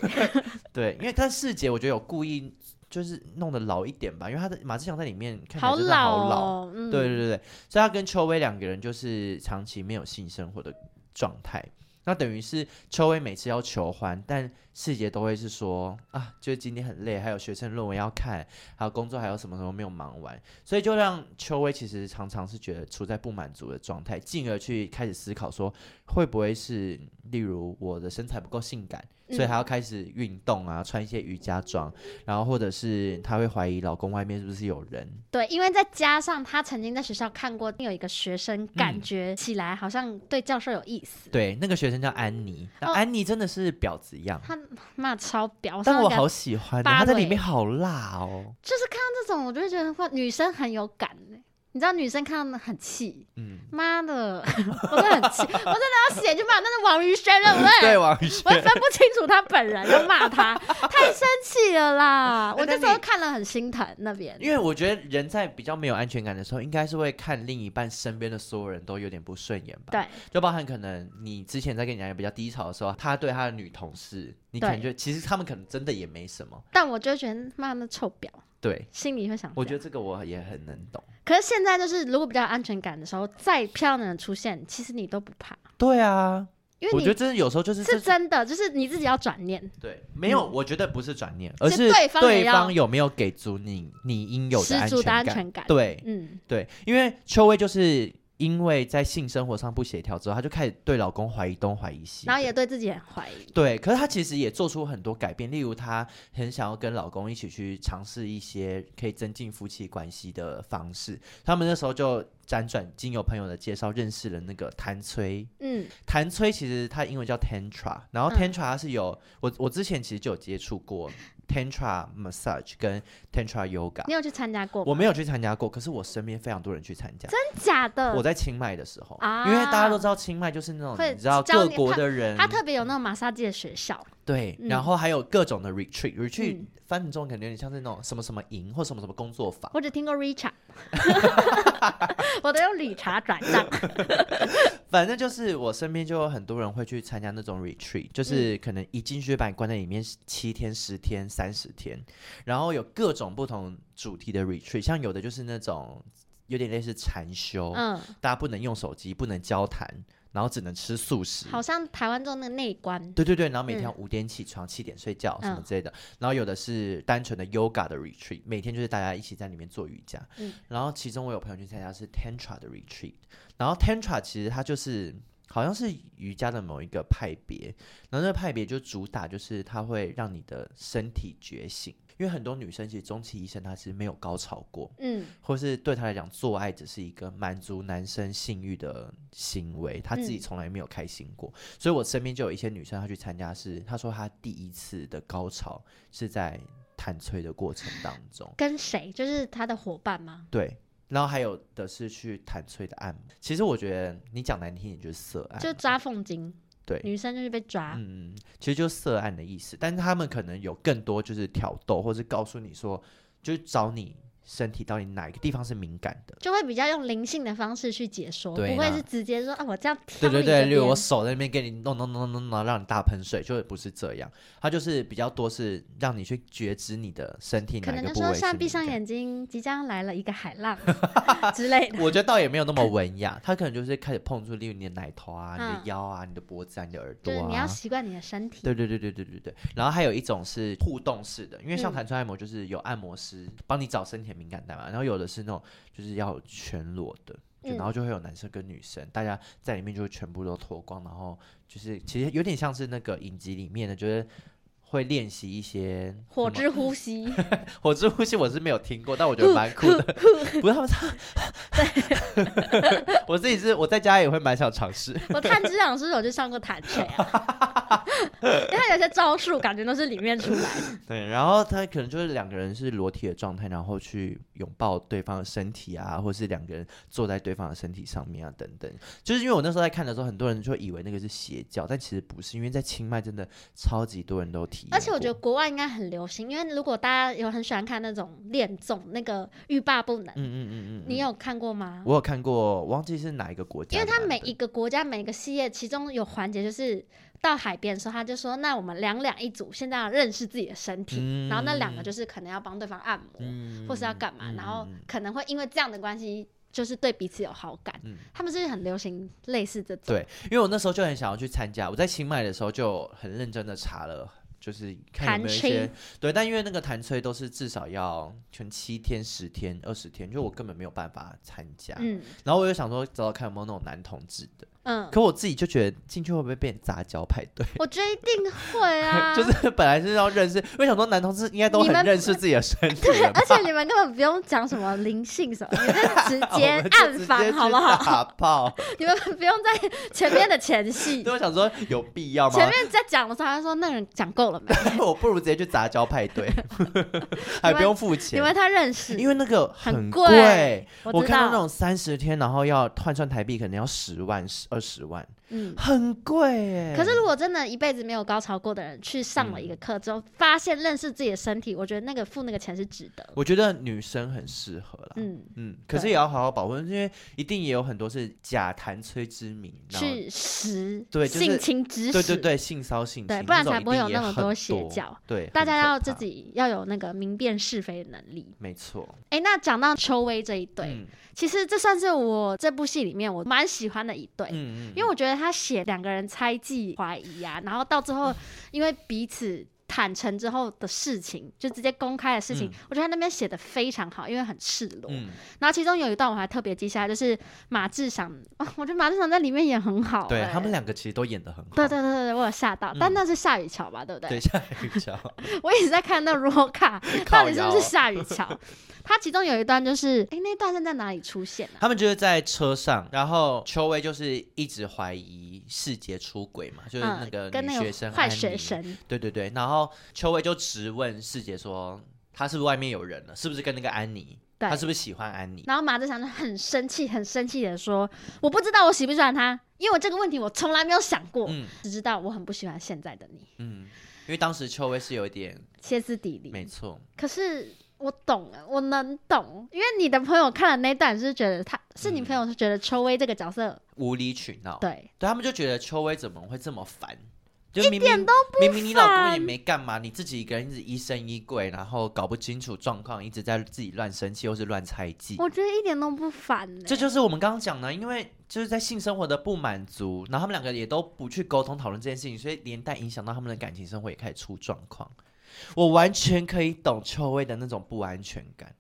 [SPEAKER 2] 对，因为但世杰我觉得有故意就是弄得老一点吧，因为他的马志祥在里面看起来真的
[SPEAKER 1] 老
[SPEAKER 2] 好老。
[SPEAKER 1] 哦，嗯，
[SPEAKER 2] 对对对对，所以他跟秋薇两个人就是长期没有性生活的状态。那等于是秋薇每次要求欢，但世杰都会是说啊，就是今天很累，还有学生论文要看，还有工作还有什么什么没有忙完，所以就让秋薇其实常常是觉得处在不满足的状态，进而去开始思考说，会不会是例如我的身材不够性感，所以
[SPEAKER 1] 嗯
[SPEAKER 2] 她要开始运动啊，穿一些瑜伽装，然后或者是她会怀疑老公外面是不是有人，
[SPEAKER 1] 对，因为再加上他曾经在学校看过有一个学生，感觉起来好像对教授有意思，
[SPEAKER 2] 嗯对，那个学生叫安妮，那
[SPEAKER 1] 哦
[SPEAKER 2] 安妮真的是婊子一样，
[SPEAKER 1] 他骂超表，
[SPEAKER 2] 但
[SPEAKER 1] 上
[SPEAKER 2] 我
[SPEAKER 1] 一个
[SPEAKER 2] 好喜欢哦，
[SPEAKER 1] 芭
[SPEAKER 2] 她在里
[SPEAKER 1] 蕾
[SPEAKER 2] 面好辣哦。
[SPEAKER 1] 就是看到这种，我就会觉得哇，女生很有感欸你知道女生看到很气，
[SPEAKER 2] 嗯，
[SPEAKER 1] 妈的，我真的很气，我真的要写去骂，那是王宇轩，对不对？
[SPEAKER 2] 对，王宇
[SPEAKER 1] 我也分
[SPEAKER 2] 轩，
[SPEAKER 1] 不清楚他本人，要骂他，太生气了 啦！我那时候看了很心疼那边，
[SPEAKER 2] 因为我觉得人在比较没有安全感的时候，应该是会看另一半身边的所有人都有点不顺眼吧。
[SPEAKER 1] 对，
[SPEAKER 2] 就包含可能你之前在跟你男友比较低潮的时候，他对他的女同事，你可能就其实他们可能真的也没什么。
[SPEAKER 1] 但我就觉得妈那臭婊，
[SPEAKER 2] 对，
[SPEAKER 1] 心里会想。
[SPEAKER 2] 我觉
[SPEAKER 1] 得，
[SPEAKER 2] 得这个我也很能懂。
[SPEAKER 1] 可是现在就是如果比较有安全感的时候，再漂亮的人出现，其实你都不怕，
[SPEAKER 2] 对啊，
[SPEAKER 1] 因
[SPEAKER 2] 我
[SPEAKER 1] 为
[SPEAKER 2] 觉得
[SPEAKER 1] 你
[SPEAKER 2] 真的有时候就是
[SPEAKER 1] 是
[SPEAKER 2] 这
[SPEAKER 1] 真的，就是你自己要转念。
[SPEAKER 2] 对，没有，我觉得不是转念，而
[SPEAKER 1] 嗯是
[SPEAKER 2] 是
[SPEAKER 1] 对方也
[SPEAKER 2] 对
[SPEAKER 1] 要
[SPEAKER 2] 方有没有给足你你应有的
[SPEAKER 1] 十
[SPEAKER 2] 安
[SPEAKER 1] 足
[SPEAKER 2] 全
[SPEAKER 1] 的安
[SPEAKER 2] 感。
[SPEAKER 1] 全感。
[SPEAKER 2] 对
[SPEAKER 1] 嗯，
[SPEAKER 2] 对，因为秋薇就是因为在性生活上不协调之后，她就开始对老公怀疑东怀疑西的，
[SPEAKER 1] 然后也对自己很怀疑。
[SPEAKER 2] 对，可是她其实也做出很多改变，例如她很想要跟老公一起去尝试一些可以增进夫妻关系的方式。他们那时候就辗转经由朋友的介绍，认识了那个谭崔。
[SPEAKER 1] 嗯，
[SPEAKER 2] 谭崔其实它英文叫 Tantra，然后
[SPEAKER 1] 嗯
[SPEAKER 2] Tantra 它是有、我我之前其实就有接触过 Tantra massage 跟 Tantra yoga。
[SPEAKER 1] 你有去参加过吗？
[SPEAKER 2] 我没有去参加过，可是我身边非常多人去参加。
[SPEAKER 1] 真假的
[SPEAKER 2] 我，在清迈的时候，
[SPEAKER 1] 啊
[SPEAKER 2] 因为大家都知道清迈就是那种
[SPEAKER 1] 会
[SPEAKER 2] 你知道
[SPEAKER 1] 教
[SPEAKER 2] 各
[SPEAKER 1] 你
[SPEAKER 2] 国的人，
[SPEAKER 1] 他特别有那种马杀鸡的学校。
[SPEAKER 2] 对，
[SPEAKER 1] 嗯
[SPEAKER 2] 然后还有各种的 retreat，retreat、
[SPEAKER 1] 嗯
[SPEAKER 2] 翻译中可能有点像是那种什么什么营或什么什么工作坊。
[SPEAKER 1] 我只听过 Richard，我都用理查转账。
[SPEAKER 2] 反正就是我身边就有很多人会去参加那种 retreat，就是可能一进去就把你关在里面七天、十天、三十天，然后有各种不同主题的 retreat，像有的就是那种有点类似禅修，
[SPEAKER 1] 嗯，
[SPEAKER 2] 大家不能用手机，不能交谈，然后只能吃素食。
[SPEAKER 1] 好像台湾做那个内观，
[SPEAKER 2] 对对对，然后每天
[SPEAKER 1] 嗯
[SPEAKER 2] 要五点起床，七点睡觉什么
[SPEAKER 1] 嗯
[SPEAKER 2] 之类的。然后有的是单纯的 yoga 的 retreat，每天就是大家一起在里面做瑜伽。
[SPEAKER 1] 嗯
[SPEAKER 2] 然后其中我有朋友去参加是 tantra 的 retreat，然后 tantra 其实它就是好像是瑜伽的某一个派别，然后那个派别就主打就是它会让你的身体觉醒，因为很多女生其实终其一生她是没有高潮过，
[SPEAKER 1] 嗯，
[SPEAKER 2] 或是对她来讲做爱只是一个满足男生性欲的行为，她自己
[SPEAKER 1] 嗯
[SPEAKER 2] 从来没有开心过。所以我身边就有一些女生她去参加是，她说她第一次的高潮是在弹吹的过程当中，
[SPEAKER 1] 跟谁？就是他的伙伴吗？
[SPEAKER 2] 对。然后还有的是去弹吹的按摩，其实我觉得你讲难听一点就是色按，啊
[SPEAKER 1] 就抓凤精，
[SPEAKER 2] 哎对，
[SPEAKER 1] 女啊生就是被抓。
[SPEAKER 2] 嗯，其实就是涉案的意思，但是他们可能有更多就是挑逗，或是告诉你说，就是找你身体到底哪一个地方是敏感的。
[SPEAKER 1] 就会比较用灵性的方式去解说，
[SPEAKER 2] 对
[SPEAKER 1] 不会
[SPEAKER 2] 啦
[SPEAKER 1] 是直接说啊，我这样挑
[SPEAKER 2] 对
[SPEAKER 1] 你这
[SPEAKER 2] 对对，
[SPEAKER 1] 边
[SPEAKER 2] 例如我手在那边给你弄弄弄弄弄，让你大喷水，就是不是这样，它就是比较多是让你去觉知你的身体
[SPEAKER 1] 可
[SPEAKER 2] 哪一
[SPEAKER 1] 能
[SPEAKER 2] 个
[SPEAKER 1] 就
[SPEAKER 2] 部
[SPEAKER 1] 说
[SPEAKER 2] 位是
[SPEAKER 1] 像闭
[SPEAKER 2] 敏
[SPEAKER 1] 上
[SPEAKER 2] 感
[SPEAKER 1] 眼睛，即将来了一个海 浪之类的。
[SPEAKER 2] 我觉得倒也没有 那么文雅，它可能就是开始碰触，例如你的奶头啊、你
[SPEAKER 1] 嗯
[SPEAKER 2] 的腰啊、你的脖子啊、你的耳朵
[SPEAKER 1] 就是你要
[SPEAKER 2] 啊。
[SPEAKER 1] 习惯你的身体，
[SPEAKER 2] 对对对对对对对，然后还有一种是互动式的，因为像
[SPEAKER 1] 嗯
[SPEAKER 2] 弹窗按摩就是有按摩师帮你找身体的敏感带嘛，然后有的是那种就是要全裸的，就
[SPEAKER 1] 嗯
[SPEAKER 2] 然后就会有男生跟女生，大家在里面就会全部都脱光，然后就是其实有点像是那个影集里面的，就是会练习一些
[SPEAKER 1] 火
[SPEAKER 2] 什么
[SPEAKER 1] 之呼吸，
[SPEAKER 2] 火之呼吸，我是没有听过，但我觉得蛮酷 的，不是他们 唱， 我自己是我在家也会蛮想尝试。
[SPEAKER 1] 我探知长是我就上过弹吹啊， 因为他有些招数感觉都是里面出来的。
[SPEAKER 2] 对，然后他可能就是两个人是裸体的状态，然后去拥抱对方的身体啊，或是两个人坐在对方的身体上面啊，等等。就是因为我那时候在看的时候，很多人就以为那个是邪教，但其实不是，因为在清迈真的超级多人都体验过。
[SPEAKER 1] 而且我觉得国外应该很流行，因为如果大家有很喜欢看那种恋综，那个欲罢不能，
[SPEAKER 2] 嗯，嗯嗯嗯嗯，
[SPEAKER 1] 你有看过吗？
[SPEAKER 2] 我有看过，忘记是哪一个国家
[SPEAKER 1] 因
[SPEAKER 2] 的
[SPEAKER 1] 为
[SPEAKER 2] 版
[SPEAKER 1] 他
[SPEAKER 2] 本，
[SPEAKER 1] 每一个国家每个系列，其中有环节就是到海边的时候，他就说：“那我们两两一组，现在要认识自己的身体。
[SPEAKER 2] 嗯
[SPEAKER 1] 然后那两个就是可能要帮对方按摩，
[SPEAKER 2] 嗯
[SPEAKER 1] 或是要干嘛，
[SPEAKER 2] 嗯
[SPEAKER 1] 然后
[SPEAKER 2] 嗯
[SPEAKER 1] 可能会因为这样的关系，就是对彼此有好感。
[SPEAKER 2] 嗯
[SPEAKER 1] 他们是不是很流行类似这种？
[SPEAKER 2] 对，因为我那时候就很想要去参加，我在清迈的时候就很认真的查了。就是看有没有一
[SPEAKER 1] 弹
[SPEAKER 2] 些
[SPEAKER 1] 吹
[SPEAKER 2] 对，但因为那个弹吹都是至少要全七天、十天、二十天，就我根本没有办法参加。
[SPEAKER 1] 嗯
[SPEAKER 2] 然后我就想说，找找看有没有那种男同志的，
[SPEAKER 1] 嗯，
[SPEAKER 2] 可我自己就觉得进去会不会变杂交派对？
[SPEAKER 1] 我觉得一定会 啊，
[SPEAKER 2] 就是本来是要认识，我想说男同志应该都
[SPEAKER 1] 你们
[SPEAKER 2] 很认识自己的身体
[SPEAKER 1] 对，
[SPEAKER 2] 了吧，
[SPEAKER 1] 而且你们根本不用讲什么灵性什么，你们就直接
[SPEAKER 2] 我们就
[SPEAKER 1] 暗
[SPEAKER 2] 直接
[SPEAKER 1] 访
[SPEAKER 2] 去
[SPEAKER 1] 好不好？
[SPEAKER 2] 打炮，
[SPEAKER 1] 你们不用在前面的前 戏
[SPEAKER 2] 对，，我想说有必要
[SPEAKER 1] 前
[SPEAKER 2] 吗？
[SPEAKER 1] 面在讲的时候，他说那个人讲够 了没？
[SPEAKER 2] 我不如直接去杂交派对， 还不用付
[SPEAKER 1] 因
[SPEAKER 2] 钱
[SPEAKER 1] 为，他认识，
[SPEAKER 2] 因为那个
[SPEAKER 1] 很
[SPEAKER 2] 很
[SPEAKER 1] 贵
[SPEAKER 2] 贵。我
[SPEAKER 1] 我知
[SPEAKER 2] 看到那
[SPEAKER 1] 道，
[SPEAKER 2] 种三十天，然后要换算台币，可能要十万、十二十万，
[SPEAKER 1] 嗯。
[SPEAKER 2] 很贵哎。
[SPEAKER 1] 可是如果真的一辈子没有高潮过的人去上了一个课之后，发现认识自己的身体，我觉得那个付那个钱是值得。啊
[SPEAKER 2] 我觉得女生很适合啦，
[SPEAKER 1] 嗯，
[SPEAKER 2] 嗯，可是
[SPEAKER 1] 对
[SPEAKER 2] 也要好好保护，因为一定也有很多是假谈催之名，然后
[SPEAKER 1] 去实
[SPEAKER 2] 对就是
[SPEAKER 1] 性情指使，
[SPEAKER 2] 对对对，性骚性
[SPEAKER 1] 对
[SPEAKER 2] 侵
[SPEAKER 1] 不然
[SPEAKER 2] 这种
[SPEAKER 1] 才
[SPEAKER 2] 一
[SPEAKER 1] 不会
[SPEAKER 2] 定
[SPEAKER 1] 有
[SPEAKER 2] 也
[SPEAKER 1] 那么
[SPEAKER 2] 很多
[SPEAKER 1] 邪教。
[SPEAKER 2] 对，
[SPEAKER 1] 大
[SPEAKER 2] 很
[SPEAKER 1] 家
[SPEAKER 2] 可
[SPEAKER 1] 要自
[SPEAKER 2] 怕，
[SPEAKER 1] 己要有那个明辨是非的能力。
[SPEAKER 2] 没错，
[SPEAKER 1] 哎，那讲到秋薇这一对，哎
[SPEAKER 2] 嗯
[SPEAKER 1] 其实这算是我这部戏里面我蛮喜欢的一对，
[SPEAKER 2] 嗯嗯，
[SPEAKER 1] 因为我觉得他写两个人猜忌、怀疑啊，然后到最
[SPEAKER 2] 嗯
[SPEAKER 1] 后因为彼此坦诚之后的事情，就直接公开的事情，
[SPEAKER 2] 嗯
[SPEAKER 1] 我觉得他那边写的非常好，因为很赤裸。
[SPEAKER 2] 嗯，
[SPEAKER 1] 然后其中有一段我还特别记下来，就是马志祥，哦我觉得马志祥在里面也很好、
[SPEAKER 2] 对
[SPEAKER 1] 哎
[SPEAKER 2] 他们两个其实都演的很好，
[SPEAKER 1] 对对对对对，我有吓到，
[SPEAKER 2] 嗯
[SPEAKER 1] 但那是夏雨乔吧，对不对？
[SPEAKER 2] 对，下一条
[SPEAKER 1] 我一直在看那 roll 卡，到底是
[SPEAKER 2] 哦
[SPEAKER 1] 不是夏雨乔？他其中有一段就是，哎，那段是在哪里出现啊？
[SPEAKER 2] 他们就是在车上，然后邱薇就是一直怀疑世杰出轨嘛，就是那个
[SPEAKER 1] 嗯、跟
[SPEAKER 2] 女
[SPEAKER 1] 那
[SPEAKER 2] 学
[SPEAKER 1] 个
[SPEAKER 2] 生
[SPEAKER 1] 坏
[SPEAKER 2] 安
[SPEAKER 1] 学
[SPEAKER 2] 妮，
[SPEAKER 1] 生，
[SPEAKER 2] 对对对，然后邱薇就直问世杰说，他是不是外面有人了？是不是跟那个安妮？
[SPEAKER 1] 对
[SPEAKER 2] 他是不是喜欢安妮？
[SPEAKER 1] 然后马志祥就很生气，很生气的说：“我不知道我喜不喜欢他，因为我这个问题我从来没有想过，
[SPEAKER 2] 嗯
[SPEAKER 1] 只知道我很不喜欢现在的你。
[SPEAKER 2] 嗯，因为当时邱薇是有一点，”
[SPEAKER 1] 歇斯底里，
[SPEAKER 2] 没错，
[SPEAKER 1] 可是我懂了，我能懂，因为你的朋友看了那段是觉得他是你朋
[SPEAKER 2] 嗯
[SPEAKER 1] 友是觉得秋薇这个角色、
[SPEAKER 2] 无理取闹，
[SPEAKER 1] 对，
[SPEAKER 2] 对他们就觉得秋薇怎么会这么烦？就明明都不明明你老公也没干嘛，你自己一个人一直疑神疑鬼，然后搞不清楚状况，一直在自己乱生气或是乱猜忌。
[SPEAKER 1] 我觉得一点都不烦、欸。
[SPEAKER 2] 这就是我们刚刚讲的，因为就是在性生活的不满足，然后他们两个也都不去沟通讨论这件事情，所以连带影响到他们的感情生活也开始出状况。我完全可以懂秋薇的那种不安全感，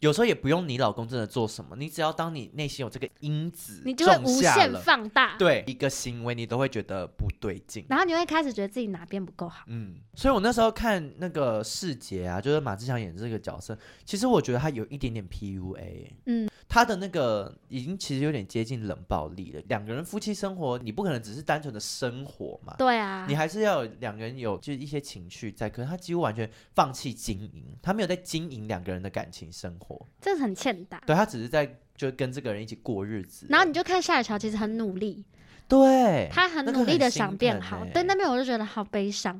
[SPEAKER 2] 有时候也不用你老公真的做什么，你只要当你内心有这个因子，
[SPEAKER 1] 你就会无限
[SPEAKER 2] 了。
[SPEAKER 1] 放大，
[SPEAKER 2] 对一个行为，你都会觉得不对劲。
[SPEAKER 1] 然后你会开始觉得自己哪边不够好。
[SPEAKER 2] 嗯，所以我那时候看那个世杰啊，就是马志祥演这个角色，其实我觉得他有一点点 PUA，欸
[SPEAKER 1] 嗯，
[SPEAKER 2] 他的那个已经其实有点接近冷暴力了。两个人夫妻生活，你不可能只是单纯的生活嘛，
[SPEAKER 1] 对啊
[SPEAKER 2] 你，还是要有两个人有就是一些情绪在。可是他几乎完全放弃经营，他没有在经营两个人的感情生活，
[SPEAKER 1] 这很欠打。
[SPEAKER 2] 对他只是在就跟这个人一起过日子而已。
[SPEAKER 1] 然后你就看夏雨乔其实很努力，
[SPEAKER 2] 对，
[SPEAKER 1] 她很
[SPEAKER 2] 那个
[SPEAKER 1] 努力
[SPEAKER 2] 很
[SPEAKER 1] 的
[SPEAKER 2] 心
[SPEAKER 1] 想变
[SPEAKER 2] 疼
[SPEAKER 1] 好，
[SPEAKER 2] 欸
[SPEAKER 1] 对那边我就觉得好悲伤。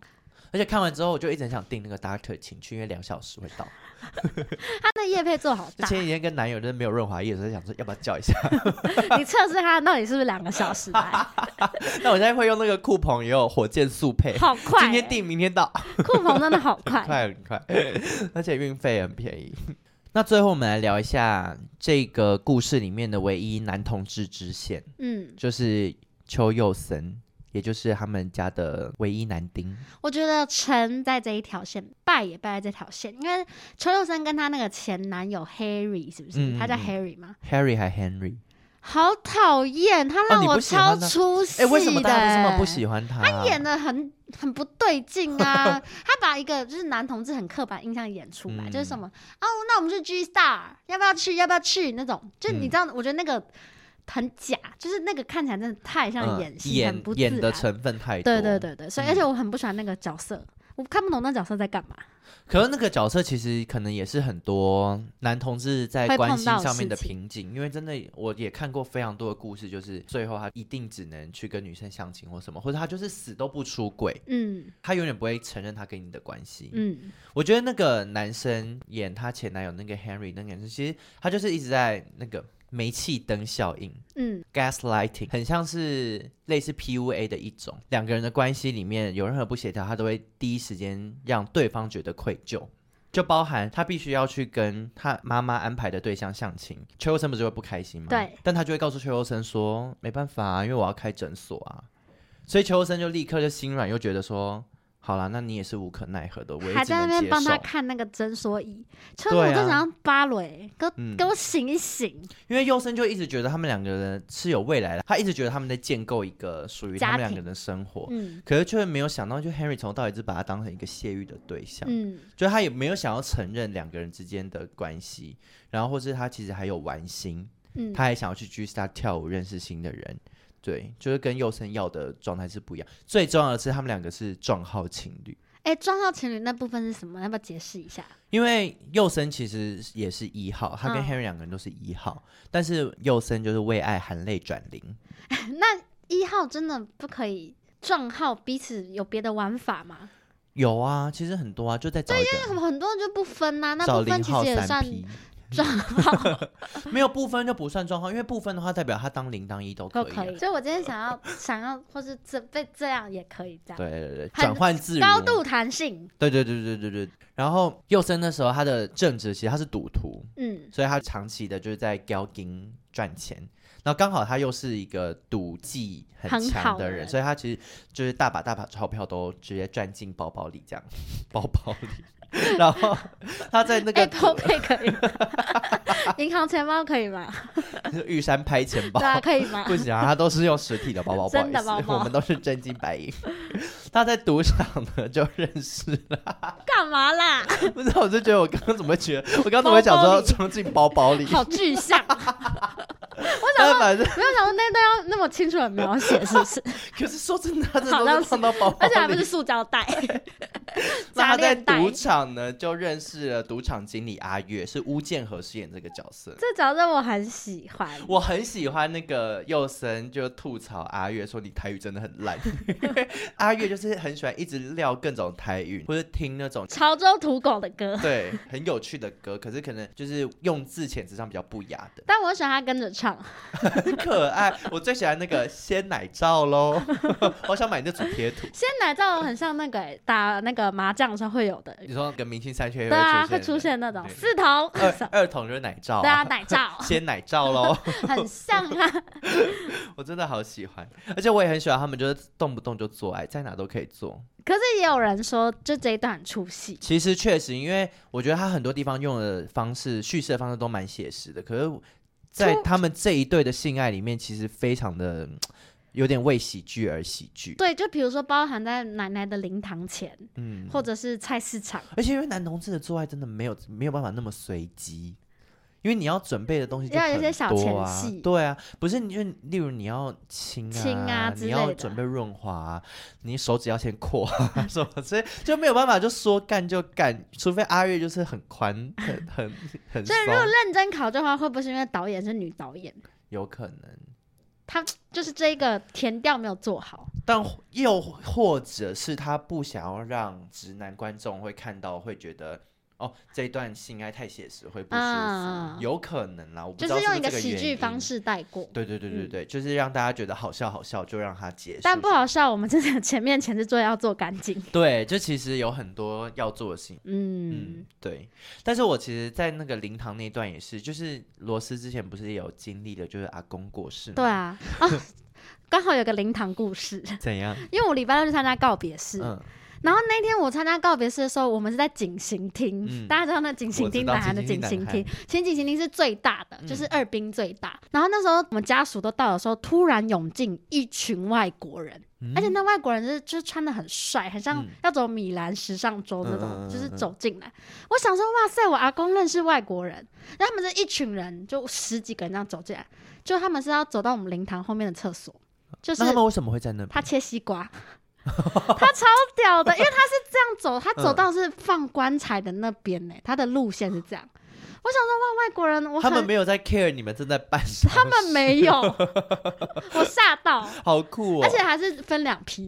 [SPEAKER 2] 而且看完之后，我就一直很想订那个 Doctor 情趣，因为两小时会到。
[SPEAKER 1] 她的叶配做好
[SPEAKER 2] 就
[SPEAKER 1] 大，
[SPEAKER 2] 前几天跟男友就是没有润滑液的时候，想说要不要 叫一下。
[SPEAKER 1] 你测试她到底是不是两个小时 来，
[SPEAKER 2] 那我现在会用那个酷朋也有火箭速配，
[SPEAKER 1] 好快、欸，
[SPEAKER 2] 今天订明天到，
[SPEAKER 1] 酷鹏真的好
[SPEAKER 2] 很
[SPEAKER 1] 快，
[SPEAKER 2] 快很快，而且运费很便宜。 那最后我们来聊一下这个故事里面的唯一男同志支线，
[SPEAKER 1] 嗯，
[SPEAKER 2] 就是邱佑森，也就是他们家的唯一男丁。
[SPEAKER 1] 我觉得陈在这一条线，败也败在这条线，因为邱佑生跟她那个前男友 Harry 是不是？
[SPEAKER 2] 嗯嗯
[SPEAKER 1] 他叫
[SPEAKER 2] 嗯
[SPEAKER 1] Harry 吗？
[SPEAKER 2] Harry 还 Henry，
[SPEAKER 1] 好讨厌，他让
[SPEAKER 2] 哦你不
[SPEAKER 1] 我
[SPEAKER 2] 喜欢
[SPEAKER 1] 超
[SPEAKER 2] 他
[SPEAKER 1] 出戏
[SPEAKER 2] 哎、
[SPEAKER 1] 的、欸
[SPEAKER 2] 为什么大家都这么不喜欢他、嗯
[SPEAKER 1] 他演的很很不对劲啊！他把一个就是男同志很刻板印象演出来，
[SPEAKER 2] 嗯
[SPEAKER 1] 就是什么哦，那我们是 G star，要不要去？要不要去？那种，就
[SPEAKER 2] 嗯
[SPEAKER 1] 你知道，我觉得那个很假，就是那个看起来真的太像
[SPEAKER 2] 嗯
[SPEAKER 1] 演戏，很
[SPEAKER 2] 演
[SPEAKER 1] 不自然。
[SPEAKER 2] 演的成分太多，
[SPEAKER 1] 对
[SPEAKER 2] 嗯
[SPEAKER 1] 对对对，所以而且我很不喜欢那个角色，我看不懂那角色在干嘛。
[SPEAKER 2] 可是那个角色其实可能也是很多男同志在
[SPEAKER 1] 会碰
[SPEAKER 2] 关系
[SPEAKER 1] 到的
[SPEAKER 2] 上面的
[SPEAKER 1] 事情
[SPEAKER 2] 瓶颈，因为真的我也看过非常多的故事，就是最后他一定只能去跟女生相亲或什么，或者他就是死都不出轨，
[SPEAKER 1] 嗯
[SPEAKER 2] 他永远不会承认他跟你的关系。
[SPEAKER 1] 嗯，
[SPEAKER 2] 我觉得那个男生演他前男友那个 Henry 那个男生，其实他就是一直在那个煤气灯效应。
[SPEAKER 1] 嗯，
[SPEAKER 2] gaslighting 很像是类似 PUA 的一种，两个人的关系里面有任何不协调，他都会第一时间让对方觉得愧疚，就包含他必须要去跟他妈妈安排的对象相亲。邱佑生不是会不开心吗？
[SPEAKER 1] 对，
[SPEAKER 2] 但他就会告诉邱佑生说没办法、啊，因为我要开诊所啊，所以邱佑生就立刻就心软，又觉得说。好啦，那你也是无可奈何的，我也
[SPEAKER 1] 还
[SPEAKER 2] 只
[SPEAKER 1] 在那
[SPEAKER 2] 能
[SPEAKER 1] 边
[SPEAKER 2] 接
[SPEAKER 1] 帮他
[SPEAKER 2] 受
[SPEAKER 1] 看那个伸缩椅，车主
[SPEAKER 2] 对
[SPEAKER 1] 我
[SPEAKER 2] 啊
[SPEAKER 1] 真想要芭蕾，给我
[SPEAKER 2] 嗯
[SPEAKER 1] 给我醒一醒，
[SPEAKER 2] 因为佑生就一直觉得他们两个人是有未来的，他一直觉得他们在建构一个属于他
[SPEAKER 1] 家
[SPEAKER 2] 们两
[SPEAKER 1] 庭
[SPEAKER 2] 个人的生活，
[SPEAKER 1] 嗯
[SPEAKER 2] 可是却没有想到，就 Henry 从头到尾只把他当成一个泄欲的对象，
[SPEAKER 1] 嗯，
[SPEAKER 2] 就他也没有想要承认两个人之间的关系，然后或是他其实还有玩心，
[SPEAKER 1] 嗯
[SPEAKER 2] 他还想要去 G Star 跳舞认识新的人。对，就是跟佑生要的状态是不一样。最重要的是，他们两个是撞号情侣，
[SPEAKER 1] 哎，撞到情侣那部分是什么？要不要解释一下？
[SPEAKER 2] 因为佑生其实也是一号，他跟
[SPEAKER 1] 嗯
[SPEAKER 2] Henry 两个人都是一号，但是佑生就是为爱含泪转零，
[SPEAKER 1] 一号真的不可以撞号，彼此有别的玩法吗？
[SPEAKER 2] 有啊，其实很多啊，就在找一个
[SPEAKER 1] 很多人就不分呐、那
[SPEAKER 2] 找
[SPEAKER 1] 不
[SPEAKER 2] 零
[SPEAKER 1] 分其
[SPEAKER 2] 号
[SPEAKER 1] 实也
[SPEAKER 2] 三
[SPEAKER 1] 算
[SPEAKER 2] P，
[SPEAKER 1] 撞 号。
[SPEAKER 2] 没有部分就不算状况，因为部分的话代表他当零当一都可
[SPEAKER 1] 都
[SPEAKER 2] 以啊。
[SPEAKER 1] 可以。所以我今天想要想要，或是这被这样也可以这样，
[SPEAKER 2] 对对对，
[SPEAKER 1] 很
[SPEAKER 2] 转换自如，
[SPEAKER 1] 高度弹性。
[SPEAKER 2] 对对对对对对。然后佑生那时候他的正职其实他是赌徒，
[SPEAKER 1] 嗯，
[SPEAKER 2] 所以他长期的就是在 g a l g i n 赚钱。然后刚好他又是一个赌技很
[SPEAKER 1] 很
[SPEAKER 2] 强
[SPEAKER 1] 好
[SPEAKER 2] 的
[SPEAKER 1] 的
[SPEAKER 2] 人，
[SPEAKER 1] 人
[SPEAKER 2] 所以他其实就是大把大把钞票都直接赚进包包里，这样 包包里。然后他在那个
[SPEAKER 1] Apple Pay 可以吗，银行钱包可以 吗？
[SPEAKER 2] 玉山拍钱包，
[SPEAKER 1] 对啊，可以吗？
[SPEAKER 2] 不行啊，他都是用实体的包包，不好
[SPEAKER 1] 真
[SPEAKER 2] 意
[SPEAKER 1] 的
[SPEAKER 2] 思，
[SPEAKER 1] 包包
[SPEAKER 2] 我们都是真金白银。他在赌场呢就认识了，
[SPEAKER 1] 干嘛啦？
[SPEAKER 2] 不知道我就觉得我刚刚怎么觉得，我刚刚怎么会想说
[SPEAKER 1] 包包里
[SPEAKER 2] 装进包包里？
[SPEAKER 1] 好具 象，
[SPEAKER 2] 但反正
[SPEAKER 1] 没有想到那段要那么清楚的描写，是 不是？
[SPEAKER 2] 可是说真的，他这
[SPEAKER 1] 好
[SPEAKER 2] 都
[SPEAKER 1] 像
[SPEAKER 2] 是
[SPEAKER 1] 是
[SPEAKER 2] 放到包包
[SPEAKER 1] 而且还不
[SPEAKER 2] 里
[SPEAKER 1] 是。塑胶袋，
[SPEAKER 2] 那
[SPEAKER 1] 炸
[SPEAKER 2] 他 在
[SPEAKER 1] 链袋
[SPEAKER 2] 赌场呢就认识了赌场经理阿月，是巫建和饰演这个角色。
[SPEAKER 1] 这角色我很喜欢。
[SPEAKER 2] 我很喜欢那个佑森，就吐槽阿月说你台语真的很烂， 因为阿月就是很喜欢一直撂各种台语，或者听那种
[SPEAKER 1] 潮州土狗的歌，
[SPEAKER 2] 对， 很有趣的歌，可是可能就是用字遣词上比较不雅的，
[SPEAKER 1] 但我喜欢他跟着唱。
[SPEAKER 2] 很可爱。我最喜欢那个鲜奶罩喽， 我想买那组贴图。
[SPEAKER 1] 鲜奶皂很像那个、欸、打那个麻将的时候会有的，
[SPEAKER 2] 你说跟明星三缺一
[SPEAKER 1] 对啊，
[SPEAKER 2] 会
[SPEAKER 1] 会出
[SPEAKER 2] 出现
[SPEAKER 1] 现那种
[SPEAKER 2] 对
[SPEAKER 1] 四头，
[SPEAKER 2] 的，二二筒就是奶罩、
[SPEAKER 1] 对啊，，奶 罩
[SPEAKER 2] 鲜奶罩喽，
[SPEAKER 1] 很像啊。
[SPEAKER 2] 我真的好喜欢，而且我也很喜欢他们，就是动不动就做爱，在哪都可以做。
[SPEAKER 1] 可是也有人说，就这一段很出戏，
[SPEAKER 2] 其实确实，因为我觉得他很多地方用的方式、叙事的方式都蛮写实的，可是，在他们这一对的性爱里面，其实非常的有点为喜剧而喜剧。
[SPEAKER 1] 对，就比如说包含在奶奶的灵堂前，
[SPEAKER 2] 嗯，
[SPEAKER 1] 或者是菜市场，
[SPEAKER 2] 而且因为男同志的做爱真的没有没有办法那么随机，因为你要准备的东西就
[SPEAKER 1] 要有一些
[SPEAKER 2] 很
[SPEAKER 1] 小
[SPEAKER 2] 多
[SPEAKER 1] 前
[SPEAKER 2] 啊
[SPEAKER 1] 戏
[SPEAKER 2] 对啊，不是你就例如你要亲啊，
[SPEAKER 1] 亲啊之
[SPEAKER 2] 你要
[SPEAKER 1] 类的
[SPEAKER 2] 准备润滑啊、你手指要先扩啊 什么，所以就没有办法就说干就干，除非阿月就是很宽很很很松
[SPEAKER 1] 所以，如果认真考证的话，会不会是因为导演是女导演，
[SPEAKER 2] 有可能。
[SPEAKER 1] 她就是这个填调没有做好？
[SPEAKER 2] 但又或者是他不想要让直男观众会看到，会觉得哦这一段性爱太写实会不舒服，
[SPEAKER 1] 啊
[SPEAKER 2] 有可能啦，我不
[SPEAKER 1] 就
[SPEAKER 2] 知道
[SPEAKER 1] 是用一
[SPEAKER 2] 不
[SPEAKER 1] 个
[SPEAKER 2] 是这
[SPEAKER 1] 喜剧
[SPEAKER 2] 原因
[SPEAKER 1] 方。式带过，
[SPEAKER 2] 对对对对对，就是让大家觉得好笑好笑，就让它结束。
[SPEAKER 1] 但不好笑。我们真的前面前置作业要做干净，
[SPEAKER 2] 对，就其实有很多要做的事情。
[SPEAKER 1] 嗯
[SPEAKER 2] 嗯，对。但是我其实，在那个灵堂那段也是，就是罗斯之前不是也有经历了，就是阿公过世吗。
[SPEAKER 1] 对啊，啊， 刚好有个灵堂故事，
[SPEAKER 2] 怎样？
[SPEAKER 1] 因为我礼拜六去参加告别式，
[SPEAKER 2] 嗯，
[SPEAKER 1] 然后那天我参加告别式的时候，我们是在景行厅，
[SPEAKER 2] 嗯
[SPEAKER 1] 大家知道那景行厅
[SPEAKER 2] 我知道
[SPEAKER 1] 南韩的景
[SPEAKER 2] 景行厅
[SPEAKER 1] 行
[SPEAKER 2] 南
[SPEAKER 1] 厅，其实景行厅是最大的，
[SPEAKER 2] 嗯
[SPEAKER 1] 就是二兵最大。然后那时候我们家属都到的时候，突然涌进一群外国人，而且那外国人就是就是穿的很帅，很像
[SPEAKER 2] 嗯
[SPEAKER 1] 要走米兰时尚周那种，
[SPEAKER 2] 嗯嗯嗯嗯
[SPEAKER 1] 就是走进来。我想说，哇塞，我阿公认识外国人，然后他们这一群人就十几个人这样走进来，就他们是要走到我们灵堂后面的厕所，就是
[SPEAKER 2] 那他们为什么会在那边？
[SPEAKER 1] 他切西瓜， 他超屌的，因为他是这样走，他走到是放棺材的那边 呢、他的路线是这样。我想说，哇，外国人，我
[SPEAKER 2] 他
[SPEAKER 1] 很
[SPEAKER 2] 们没有在 care 你们正在办什么事，
[SPEAKER 1] 他们没有， 我吓到，
[SPEAKER 2] 好酷哦！
[SPEAKER 1] 而且还是分两批，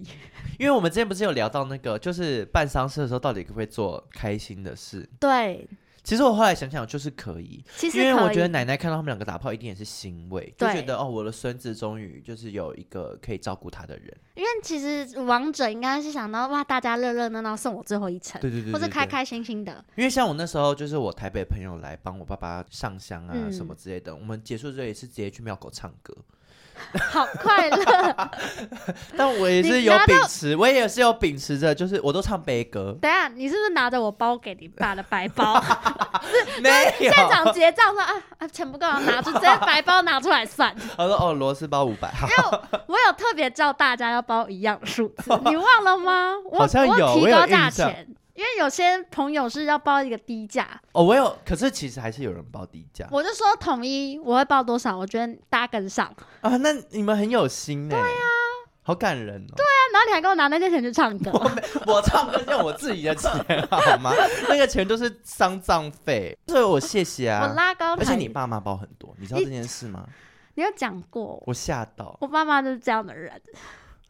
[SPEAKER 2] 因为我们之前不是有聊到那个，就是办丧事的时候到底可不可以做开心的事？
[SPEAKER 1] 对，
[SPEAKER 2] 其实我后来想想，就是可以，
[SPEAKER 1] 其实
[SPEAKER 2] 因为我
[SPEAKER 1] 可
[SPEAKER 2] 觉得
[SPEAKER 1] 以，
[SPEAKER 2] 奶奶看到他们两个打炮，一定也是欣慰，就
[SPEAKER 1] 对
[SPEAKER 2] 觉得哦，我的孙子终于就是有一个可以照顾他的人。
[SPEAKER 1] 因为其实王者应该是想到哇，大家热热闹闹送我最后一程，
[SPEAKER 2] 对对对
[SPEAKER 1] 或
[SPEAKER 2] 对
[SPEAKER 1] 是开
[SPEAKER 2] 对
[SPEAKER 1] 开心心 的，
[SPEAKER 2] 因为像我那时候，就是我台北朋友来帮我爸爸上香啊
[SPEAKER 1] 嗯
[SPEAKER 2] 什么之类的，我们结束之后也是直接去庙口唱歌。
[SPEAKER 1] 好快 乐。
[SPEAKER 2] 但我也是
[SPEAKER 1] 你
[SPEAKER 2] 有
[SPEAKER 1] 拿到
[SPEAKER 2] 秉持，我也是有秉持着，就是我都唱悲 歌，
[SPEAKER 1] 等一下，你是不是拿着我包给你爸的白 包？
[SPEAKER 2] 没有。
[SPEAKER 1] 站长结账说啊啊，钱不够，拿出直接白包拿出来算。
[SPEAKER 2] 他说哦，螺丝包五百，好
[SPEAKER 1] 因为我我有特别叫大家要包一样数 字，你忘了吗？我
[SPEAKER 2] 好像有
[SPEAKER 1] 我提
[SPEAKER 2] 我有
[SPEAKER 1] 高
[SPEAKER 2] 印
[SPEAKER 1] 价
[SPEAKER 2] 象
[SPEAKER 1] 钱，因为有些朋友是要包一个低价，
[SPEAKER 2] 哦，我有，可是其实还是有人报低价
[SPEAKER 1] 我就说统一我会报多少，我觉得大家跟上。
[SPEAKER 2] 啊。那你们很有心呢、对呀、好感人哦。
[SPEAKER 1] 然后你还给我拿那些钱去唱歌，
[SPEAKER 2] 我唱歌用我自己的钱好 吗？那个钱都是丧葬费，所以我谢谢
[SPEAKER 1] 我
[SPEAKER 2] 啊。
[SPEAKER 1] 拉高
[SPEAKER 2] 而且
[SPEAKER 1] 台，
[SPEAKER 2] 你爸妈包很多，你知道
[SPEAKER 1] 你
[SPEAKER 2] 这件事吗？
[SPEAKER 1] 你有讲过，
[SPEAKER 2] 我吓到。
[SPEAKER 1] 我爸妈就是这样的人，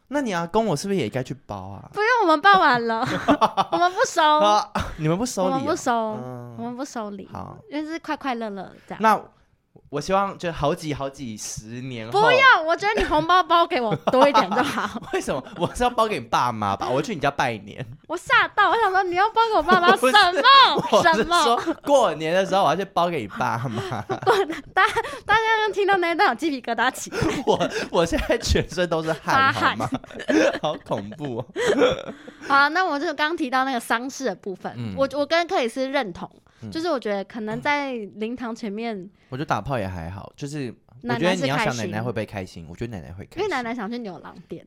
[SPEAKER 2] 那你阿公我是不是也该去包啊？
[SPEAKER 1] 不用我们报完 了，我们不收，
[SPEAKER 2] 啊，你们不
[SPEAKER 1] 哦
[SPEAKER 2] 收
[SPEAKER 1] 我
[SPEAKER 2] 礼、
[SPEAKER 1] 们
[SPEAKER 2] 啊？
[SPEAKER 1] 不收，我
[SPEAKER 2] 嗯，
[SPEAKER 1] 们不收礼，
[SPEAKER 2] 好。
[SPEAKER 1] 就是快快乐乐这样。
[SPEAKER 2] 那我希望就好几好几十年后，
[SPEAKER 1] 不要，我觉得你红包包给我多一点就好。
[SPEAKER 2] 为什么？我是要包给你爸妈吧？我去你家拜年。
[SPEAKER 1] 我吓到，我想说你要包给我 爸妈
[SPEAKER 2] 不
[SPEAKER 1] 什
[SPEAKER 2] 是
[SPEAKER 1] 么
[SPEAKER 2] 我
[SPEAKER 1] 什
[SPEAKER 2] 是
[SPEAKER 1] 么？
[SPEAKER 2] 说过年的时候，我要去包给你爸妈。
[SPEAKER 1] 大家刚听到那一段有鸡皮疙瘩起来，
[SPEAKER 2] 我我现在全身都是
[SPEAKER 1] 发
[SPEAKER 2] 汗，好
[SPEAKER 1] 汗
[SPEAKER 2] 吗？好恐怖、哦。
[SPEAKER 1] 好啊，那我就刚提到那个丧事的部分，
[SPEAKER 2] 嗯
[SPEAKER 1] 我我跟克里斯认同，
[SPEAKER 2] 嗯
[SPEAKER 1] 就是我觉得可能在灵堂前面，
[SPEAKER 2] 我觉得打炮也还好，就是我
[SPEAKER 1] 奶
[SPEAKER 2] 觉
[SPEAKER 1] 奶
[SPEAKER 2] 得
[SPEAKER 1] 是
[SPEAKER 2] 你要
[SPEAKER 1] 开
[SPEAKER 2] 想奶奶
[SPEAKER 1] 心
[SPEAKER 2] 会不会开心，我觉得奶奶会开
[SPEAKER 1] 因
[SPEAKER 2] 心。
[SPEAKER 1] 为奶奶想去牛郎店，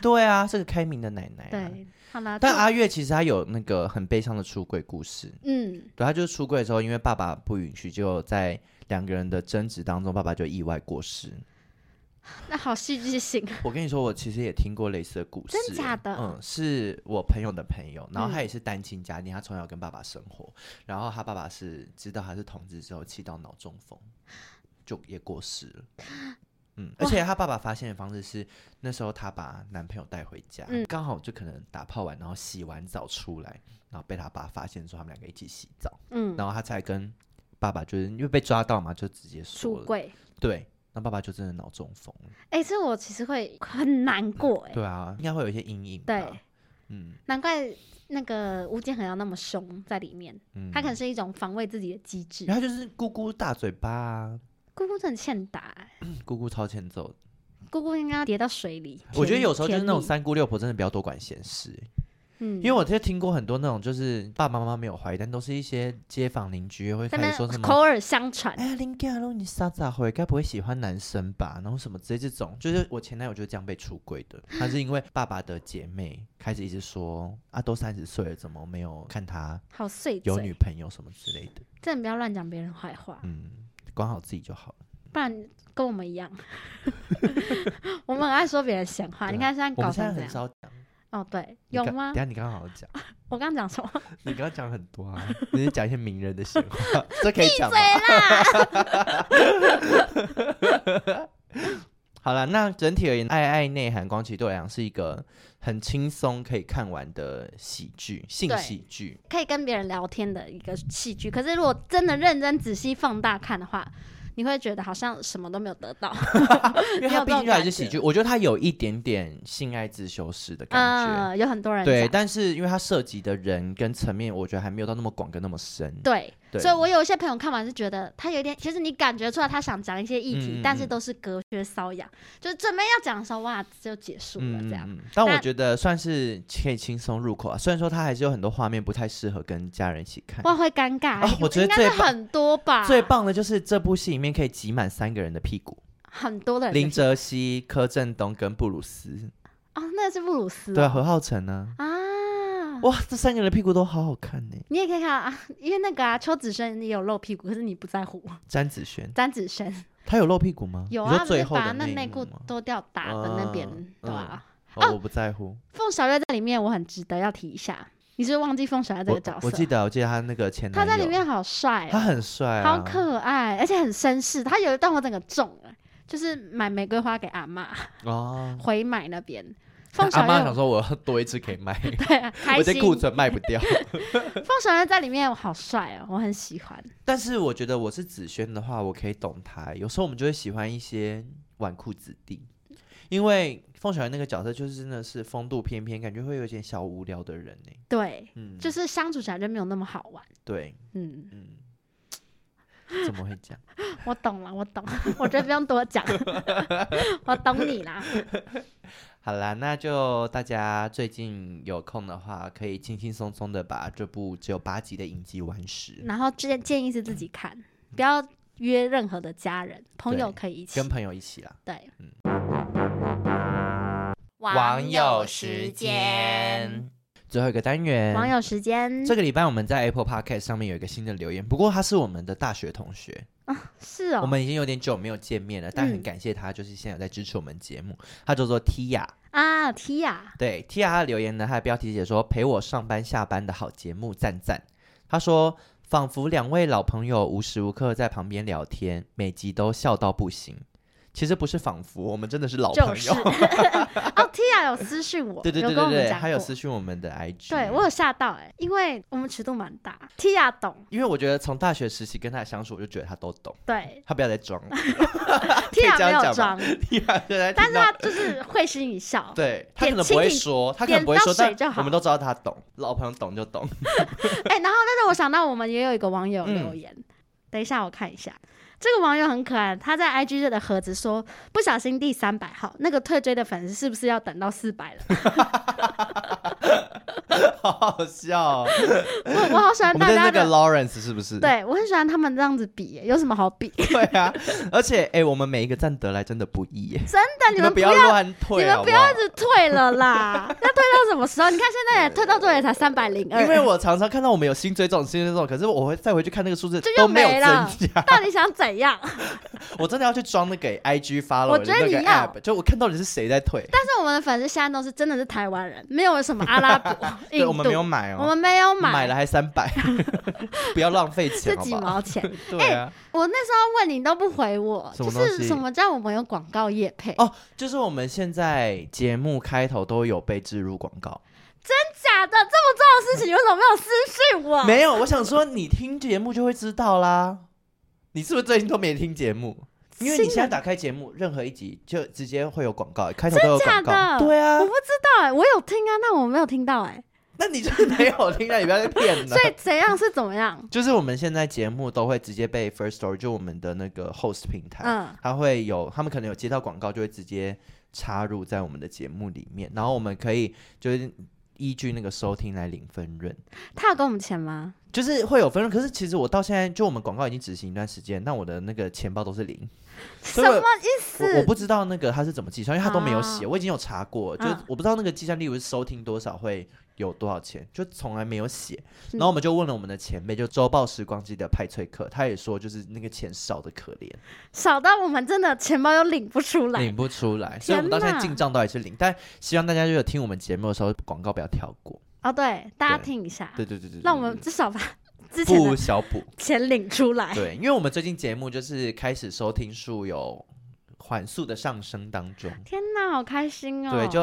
[SPEAKER 2] 对啊，是个开明的奶奶、啊。。
[SPEAKER 1] 对，好啦，
[SPEAKER 2] 但
[SPEAKER 1] 祝
[SPEAKER 2] 阿月其实她有那个很悲伤的出柜故事，
[SPEAKER 1] 嗯，
[SPEAKER 2] 对，她就是出柜的时候，因为爸爸不允许，就在两个人的争执当中，爸爸就意外过世。
[SPEAKER 1] 那好戏剧 性，
[SPEAKER 2] 我跟你说，我其实也听过类似的故事，
[SPEAKER 1] 真假的
[SPEAKER 2] 嗯，是我朋友的朋友，然后他
[SPEAKER 1] 嗯
[SPEAKER 2] 也是单亲家庭，他从小跟爸爸生活，然后他爸爸是知道他是同志之后，气到脑中风，就也过世了。嗯，而且他爸爸发现的方式是，那时候他把男朋友带回家，
[SPEAKER 1] 嗯
[SPEAKER 2] 刚好就可能打泡完，然后洗完澡出来，然后被他爸发现说他们两个一起洗澡，
[SPEAKER 1] 嗯，
[SPEAKER 2] 然后他才跟爸爸就是因为被抓到嘛，就直接
[SPEAKER 1] 出
[SPEAKER 2] 说了，
[SPEAKER 1] 柜，
[SPEAKER 2] 对，那爸爸就真的脑中风了。
[SPEAKER 1] 哎、这我其实会很难过、哎，
[SPEAKER 2] 对啊，应该会有一些阴影。
[SPEAKER 1] 对，
[SPEAKER 2] 嗯
[SPEAKER 1] 难怪那个吴建衡要那么凶在里面，
[SPEAKER 2] 嗯，
[SPEAKER 1] 他可能是一种防卫自己的机制，
[SPEAKER 2] 然后就是姑姑大嘴巴、啊，嗯
[SPEAKER 1] 姑姑真的欠打、哎
[SPEAKER 2] 姑姑超欠揍的。
[SPEAKER 1] 姑姑应该要跌到水里。
[SPEAKER 2] 我觉得有时候就
[SPEAKER 1] 田
[SPEAKER 2] 是那种
[SPEAKER 1] 田里
[SPEAKER 2] 三姑六婆真的不要多管闲事，
[SPEAKER 1] 嗯，
[SPEAKER 2] 因为我就听过很多那种就是爸爸妈妈没有怀疑，但都是一些街坊邻居会
[SPEAKER 1] 在
[SPEAKER 2] 开
[SPEAKER 1] 那
[SPEAKER 2] 始说什
[SPEAKER 1] 口
[SPEAKER 2] 么。
[SPEAKER 1] 耳相传，
[SPEAKER 2] 哎呀，林嘉如你傻傻会，该不会喜欢男生吧？然后什么之类这种，就是我前男友就是这样被出轨的。他是因为爸爸的姐妹开始一直说啊，都三十岁了，怎么没有看他
[SPEAKER 1] 好碎
[SPEAKER 2] 有女
[SPEAKER 1] 嘴，
[SPEAKER 2] 朋友什么之类的？
[SPEAKER 1] 真的不要乱讲别人坏话，
[SPEAKER 2] 嗯，管好自己就好了。
[SPEAKER 1] 不然跟我们一 样， 我们很爱说别人闲话。
[SPEAKER 2] 对啊
[SPEAKER 1] 你看现在
[SPEAKER 2] 我
[SPEAKER 1] 搞
[SPEAKER 2] 们现
[SPEAKER 1] 成这
[SPEAKER 2] 在很
[SPEAKER 1] 样，
[SPEAKER 2] 少讲，
[SPEAKER 1] 哦，对，
[SPEAKER 2] 你
[SPEAKER 1] 有
[SPEAKER 2] 刚
[SPEAKER 1] 吗
[SPEAKER 2] 等？下你刚好 讲，
[SPEAKER 1] 我刚刚讲什么？
[SPEAKER 2] 你刚刚讲很多啊，你是讲一些名人的闲 话，这可以讲吗？ 好了，那整体而言，《爱爱内涵光崎对我来讲是一个很轻松可以看完的喜剧，性
[SPEAKER 1] 对
[SPEAKER 2] 喜剧。
[SPEAKER 1] 可以跟别人聊天的一个戏剧。可是如果真的认真仔细放大看的话，你会觉得好像什么都没有得到。
[SPEAKER 2] 因为
[SPEAKER 1] 你有
[SPEAKER 2] 它毕
[SPEAKER 1] 这种
[SPEAKER 2] 竟还
[SPEAKER 1] 感
[SPEAKER 2] 是喜
[SPEAKER 1] 觉
[SPEAKER 2] 剧，我觉得它有一点点性爱自修室的感觉。
[SPEAKER 1] 嗯，有很多人
[SPEAKER 2] 对，
[SPEAKER 1] 讲
[SPEAKER 2] 但是因为它涉及的人跟层面，我觉得还没有到那么广跟那么深。
[SPEAKER 1] 对，
[SPEAKER 2] 对
[SPEAKER 1] 所以我有一些朋友看完是觉得他有点，其实你感觉出来他想讲一些议题，
[SPEAKER 2] 嗯嗯
[SPEAKER 1] 但是
[SPEAKER 2] 嗯
[SPEAKER 1] 都是隔靴搔痒，就是准备要讲的时候，哇，就结束了这样。
[SPEAKER 2] 嗯嗯、但我
[SPEAKER 1] 那
[SPEAKER 2] 觉得算是可以轻松入口啊，虽然说它还是有很多画面不太适合跟家人一起看。
[SPEAKER 1] 哇，会尴尬、哎
[SPEAKER 2] 啊我觉得
[SPEAKER 1] 应该
[SPEAKER 2] 最
[SPEAKER 1] 是
[SPEAKER 2] 棒
[SPEAKER 1] 很多吧，
[SPEAKER 2] 最棒的就是这部戏里面可以挤满三个人的屁股，
[SPEAKER 1] 很多的人
[SPEAKER 2] 林
[SPEAKER 1] 呃就
[SPEAKER 2] 哲熙、柯震东跟布鲁斯，
[SPEAKER 1] 啊、那是布鲁斯、
[SPEAKER 2] 对啊，何浩晨呢、
[SPEAKER 1] 啊，
[SPEAKER 2] 哇，这三个人的屁股都好好看呢、
[SPEAKER 1] 你也可以看啊，因为那个啊，邱子轩也有露屁股，可是你不在乎，
[SPEAKER 2] 詹子璇，
[SPEAKER 1] 詹子轩
[SPEAKER 2] 他有露屁股吗？
[SPEAKER 1] 有啊，
[SPEAKER 2] 你说
[SPEAKER 1] 不是
[SPEAKER 2] 最后
[SPEAKER 1] 把
[SPEAKER 2] 的
[SPEAKER 1] 那
[SPEAKER 2] 那一
[SPEAKER 1] 内
[SPEAKER 2] 幕
[SPEAKER 1] 裤
[SPEAKER 2] 吗
[SPEAKER 1] 都掉打的那边，
[SPEAKER 2] 嗯
[SPEAKER 1] 对啊。
[SPEAKER 2] 哦，我不在乎。
[SPEAKER 1] 凤小月在里面，我很值得要提一下，你是不是忘记凤小月这
[SPEAKER 2] 我
[SPEAKER 1] 个角色，
[SPEAKER 2] 我记得，我记得他那个前
[SPEAKER 1] 他
[SPEAKER 2] 男友，
[SPEAKER 1] 在里面好帅、哦，
[SPEAKER 2] 他很帅、啊，
[SPEAKER 1] 好可爱，而且很绅士。他有一段我整个中了，就是买玫瑰花给阿嬷，
[SPEAKER 2] 哦。
[SPEAKER 1] 回买那边。
[SPEAKER 2] 阿
[SPEAKER 1] 凤小
[SPEAKER 2] 妈想
[SPEAKER 1] 月，
[SPEAKER 2] 说我要多一只可以卖，
[SPEAKER 1] 对啊，开
[SPEAKER 2] 我这
[SPEAKER 1] 心。
[SPEAKER 2] 库存卖不 掉。
[SPEAKER 1] 凤小月在里面好帅哦，我很喜欢。
[SPEAKER 2] 但是我觉得我是子轩的话，我可以懂他。有时候我们就会喜欢一些纨绔子弟，因为凤小岳那个角色就是真的是风度翩翩，感觉会有一点小无聊的人呢。
[SPEAKER 1] 对，
[SPEAKER 2] 嗯，
[SPEAKER 1] 就是相处起来就没有那么好玩。
[SPEAKER 2] 对，
[SPEAKER 1] 嗯，
[SPEAKER 2] 嗯，怎么会这样？
[SPEAKER 1] 我懂了，我懂，我觉得不用多讲， 我懂你啦。
[SPEAKER 2] 好啦，那就大家最近有空的话，可以轻轻松松的把这部只有八集的影集完食，
[SPEAKER 1] 然后建建议是自己看，不要约任何的家人、朋友可以一起
[SPEAKER 2] 跟。朋友嗯一起啦。
[SPEAKER 1] 对，
[SPEAKER 2] 最后一个单元，
[SPEAKER 1] 网友时间
[SPEAKER 2] 这个礼拜我们在 Apple Podcast 上面有一个新的留言，不过他是我们的大学同学，
[SPEAKER 1] 是哦嗯
[SPEAKER 2] 我，们已经有点久没有见面了，但很感谢他，就是现在有在支持我们节目。他叫做 Tia，
[SPEAKER 1] 啊，Tia，
[SPEAKER 2] 对 Tia 他的留言呢，他的标题写说陪我上班下班的好节目，赞赞。他说仿佛两位老朋友无时无刻在旁边聊天，每集都笑到不行。其实不是仿佛，我们真的是老朋友。
[SPEAKER 1] 就是哦，Tia 有私讯我，
[SPEAKER 2] 对对
[SPEAKER 1] 有
[SPEAKER 2] 对
[SPEAKER 1] 跟
[SPEAKER 2] 对
[SPEAKER 1] 我们
[SPEAKER 2] 对，
[SPEAKER 1] 讲
[SPEAKER 2] 还有
[SPEAKER 1] 过
[SPEAKER 2] 私讯我们的 IG。
[SPEAKER 1] 对我有吓到哎、因为我们尺度蛮大，Tia 懂，
[SPEAKER 2] 因为我觉得从大学时期跟他的相处，我就觉得他都懂，
[SPEAKER 1] 对
[SPEAKER 2] 他不要再装了。
[SPEAKER 1] ，Tia
[SPEAKER 2] 这
[SPEAKER 1] 没
[SPEAKER 2] 样
[SPEAKER 1] 有
[SPEAKER 2] 讲吧
[SPEAKER 1] 装，
[SPEAKER 2] Tia 就在听
[SPEAKER 1] 但是
[SPEAKER 2] 到
[SPEAKER 1] 他就是会心一笑。
[SPEAKER 2] 对他
[SPEAKER 1] 点
[SPEAKER 2] 可能
[SPEAKER 1] 蜻
[SPEAKER 2] 不会
[SPEAKER 1] 蜓
[SPEAKER 2] 说，他可
[SPEAKER 1] 点
[SPEAKER 2] 能不会
[SPEAKER 1] 到
[SPEAKER 2] 说，
[SPEAKER 1] 水
[SPEAKER 2] 但
[SPEAKER 1] 就好
[SPEAKER 2] 我们都知道他懂，老朋友懂就懂。
[SPEAKER 1] 哎、然后但是我想到我们也有一个网友
[SPEAKER 2] 嗯
[SPEAKER 1] 留言，等一下我看一下。这个网友很可爱，他在 IG 的盒子说，不小心第三百号那个退追的粉丝是不是要等到四百了？
[SPEAKER 2] 好好笑哦、
[SPEAKER 1] 我我好喜欢
[SPEAKER 2] 我
[SPEAKER 1] 大
[SPEAKER 2] 们的
[SPEAKER 1] 家
[SPEAKER 2] 那
[SPEAKER 1] 的，
[SPEAKER 2] 个 Lawrence 是不是？
[SPEAKER 1] 对我很喜欢他们这样子比耶、有什么好比？
[SPEAKER 2] 对啊，而且哎、我们每一个站得来真的不易耶，
[SPEAKER 1] 但 你们
[SPEAKER 2] 们
[SPEAKER 1] 不
[SPEAKER 2] 要
[SPEAKER 1] 要
[SPEAKER 2] 乱
[SPEAKER 1] 你
[SPEAKER 2] 退，
[SPEAKER 1] 们
[SPEAKER 2] 好
[SPEAKER 1] 不
[SPEAKER 2] 好
[SPEAKER 1] 要一直退了啦，要退到什么时候？你看现在也退到这里才三百零二，
[SPEAKER 2] 因为我常常看到我们有新追踪、新追踪，可是我会再回去看那个数字
[SPEAKER 1] 这就
[SPEAKER 2] 都没有
[SPEAKER 1] 没了
[SPEAKER 2] 增加，
[SPEAKER 1] 到底想怎样？
[SPEAKER 2] 我真的要去装那个 IG 发了
[SPEAKER 1] 我
[SPEAKER 2] 的
[SPEAKER 1] 觉得
[SPEAKER 2] 那
[SPEAKER 1] 你
[SPEAKER 2] 个
[SPEAKER 1] 要
[SPEAKER 2] app，就我看到底是谁在退，
[SPEAKER 1] 但是我们的粉丝现在都是真的是台湾人，没有什么阿拉 伯、印
[SPEAKER 2] 对
[SPEAKER 1] 度，
[SPEAKER 2] 我们没有买
[SPEAKER 1] 我
[SPEAKER 2] 哦、
[SPEAKER 1] 们没有买，
[SPEAKER 2] 买了还三百， 不要浪费
[SPEAKER 1] 是
[SPEAKER 2] 钱，好
[SPEAKER 1] 几
[SPEAKER 2] 不好？
[SPEAKER 1] 毛钱。
[SPEAKER 2] 对啊，
[SPEAKER 1] 我那时候问你都不回我，就
[SPEAKER 2] 什么东西
[SPEAKER 1] 是什么叫我们有广告业配？
[SPEAKER 2] 哦就是我们现在节目开头都有被植入广告，
[SPEAKER 1] 假的，这么重要的事情你为什么没有私讯我？
[SPEAKER 2] 没有，我想说你听节目就会知道啦。你是不是最近都没听节目？因为你
[SPEAKER 1] 新的
[SPEAKER 2] 现在打开节目，任何一集就直接会有广告，开头都有
[SPEAKER 1] 假
[SPEAKER 2] 广
[SPEAKER 1] 的
[SPEAKER 2] 告。对啊
[SPEAKER 1] 我，不知道哎、我有听啊，但我没有听到哎、
[SPEAKER 2] 那你就是没有听啊，你不要再骗了
[SPEAKER 1] 所。以怎样是怎么样？
[SPEAKER 2] 就是我们现在节目都会直接被 First Story，就我们的那个 host 平台，
[SPEAKER 1] 嗯，
[SPEAKER 2] 它会有，他们可能有接到广告，就会直接插入在我们的节目里面，然后我们可以就是依据那个收听来领分润。
[SPEAKER 1] 他有给我们钱吗？
[SPEAKER 2] 就是会有分润，可是其实我到现在就我们广告已经执行一段时间，但我的那个钱包都是零，
[SPEAKER 1] 什
[SPEAKER 2] 所以我
[SPEAKER 1] 么意思？
[SPEAKER 2] 我我不知道那个它是怎么计算，因为它都没有写，
[SPEAKER 1] 啊
[SPEAKER 2] 我已经有查过，就是
[SPEAKER 1] 嗯
[SPEAKER 2] 我不知道那个计算，例如收听多少会有多少钱，就从来没有写。
[SPEAKER 1] 嗯
[SPEAKER 2] 然后我们就问了我们的前辈，就周报时光机的派翠克，他也说就是那个钱少的可怜，
[SPEAKER 1] 少到我们真的钱包都领不出来。
[SPEAKER 2] 领不出来，所以我们
[SPEAKER 1] 天
[SPEAKER 2] 到现在
[SPEAKER 1] 哪
[SPEAKER 2] 进账到底是零。但希望大家就有听我们节目的时候，广告不要跳过。
[SPEAKER 1] 哦，对，大家
[SPEAKER 2] 对
[SPEAKER 1] 听一下，
[SPEAKER 2] 对对对对，
[SPEAKER 1] 让我们
[SPEAKER 2] 对
[SPEAKER 1] 至少把之前
[SPEAKER 2] 不
[SPEAKER 1] 的
[SPEAKER 2] 小补。
[SPEAKER 1] 钱领出来。
[SPEAKER 2] 对，因为我们最近节目就是开始收听数有缓速的上升当中，
[SPEAKER 1] 天哪，好开心哦！
[SPEAKER 2] 对，就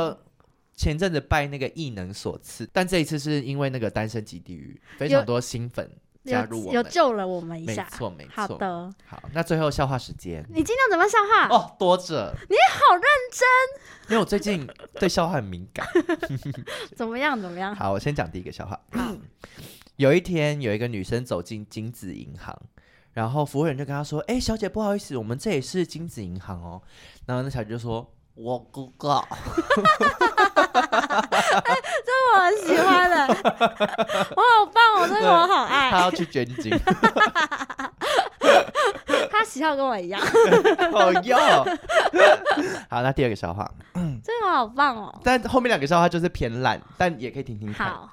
[SPEAKER 2] 前阵子拜那个异能所赐，但这一次是因为那个单身级地狱，非
[SPEAKER 1] 有
[SPEAKER 2] 常多新粉加入
[SPEAKER 1] 有
[SPEAKER 2] 我
[SPEAKER 1] 有
[SPEAKER 2] 们，
[SPEAKER 1] 救了我们一
[SPEAKER 2] 没
[SPEAKER 1] 下。
[SPEAKER 2] 错没错，
[SPEAKER 1] 好的，
[SPEAKER 2] 好，那最后笑话时间
[SPEAKER 1] 你今天怎么笑话？
[SPEAKER 2] 哦，多着，
[SPEAKER 1] 你好认
[SPEAKER 2] 因为我最近对笑话很敏感。
[SPEAKER 1] 怎么样？怎么样？
[SPEAKER 2] 好，我先讲第一个笑话。 有一天，有一个女生走进金子银行，然后服务员就跟她说：“哎、小姐，不好意思，我们这里是金子银行哦。”然后那小姐就说：“我 Google。
[SPEAKER 1] 我很喜欢的， 我好棒，哦我这个我好”
[SPEAKER 2] 她
[SPEAKER 1] 爱。
[SPEAKER 2] 要去捐 精，
[SPEAKER 1] 他喜好跟我一样，
[SPEAKER 2] 嗯好哦哟。 好，那第二个笑话，
[SPEAKER 1] 这个好棒哦。
[SPEAKER 2] 但后面两个笑话就是偏烂，但也可以听听看。
[SPEAKER 1] 好，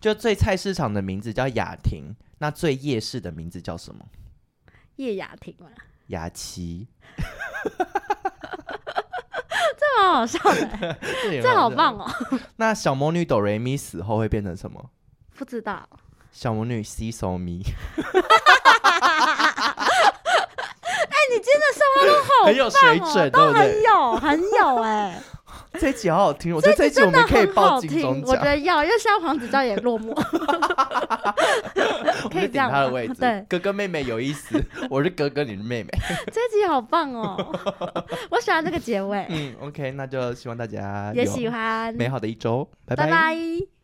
[SPEAKER 2] 就最菜市场的名字叫雅婷，那最夜市的名字叫什么？
[SPEAKER 1] 叶雅婷嘛，
[SPEAKER 2] 雅琪。
[SPEAKER 1] 这蛮好笑 的，这好棒
[SPEAKER 2] 哦。
[SPEAKER 1] 哦。
[SPEAKER 2] 那小魔女哆瑞咪死后会变成什么？
[SPEAKER 1] 不知道，
[SPEAKER 2] 小魔女西索米，
[SPEAKER 1] 哎，你今天的笑话都好
[SPEAKER 2] 很有水
[SPEAKER 1] 棒哦
[SPEAKER 2] 准，对
[SPEAKER 1] 都
[SPEAKER 2] 不
[SPEAKER 1] 很
[SPEAKER 2] 对？
[SPEAKER 1] 有，很有哎，
[SPEAKER 2] 这一集好好听，我觉得 这一集我们可以
[SPEAKER 1] 很
[SPEAKER 2] 报
[SPEAKER 1] 好
[SPEAKER 2] 金
[SPEAKER 1] 听
[SPEAKER 2] 钟，
[SPEAKER 1] 我觉
[SPEAKER 2] 奖，
[SPEAKER 1] 得要，因为现在黄子佼也落 寞，
[SPEAKER 2] 我
[SPEAKER 1] 可
[SPEAKER 2] 们
[SPEAKER 1] 以
[SPEAKER 2] 就
[SPEAKER 1] 这
[SPEAKER 2] 顶
[SPEAKER 1] 样
[SPEAKER 2] 他的
[SPEAKER 1] 吗
[SPEAKER 2] 位置
[SPEAKER 1] 对。
[SPEAKER 2] 哥哥妹妹有意思， 我是哥哥，你是妹妹。
[SPEAKER 1] 这一集好棒 哦，我喜欢这个结尾，
[SPEAKER 2] 嗯，OK，那就希望大家
[SPEAKER 1] 也
[SPEAKER 2] 嗯有
[SPEAKER 1] 喜欢，
[SPEAKER 2] 美好的一周，拜
[SPEAKER 1] 拜拜。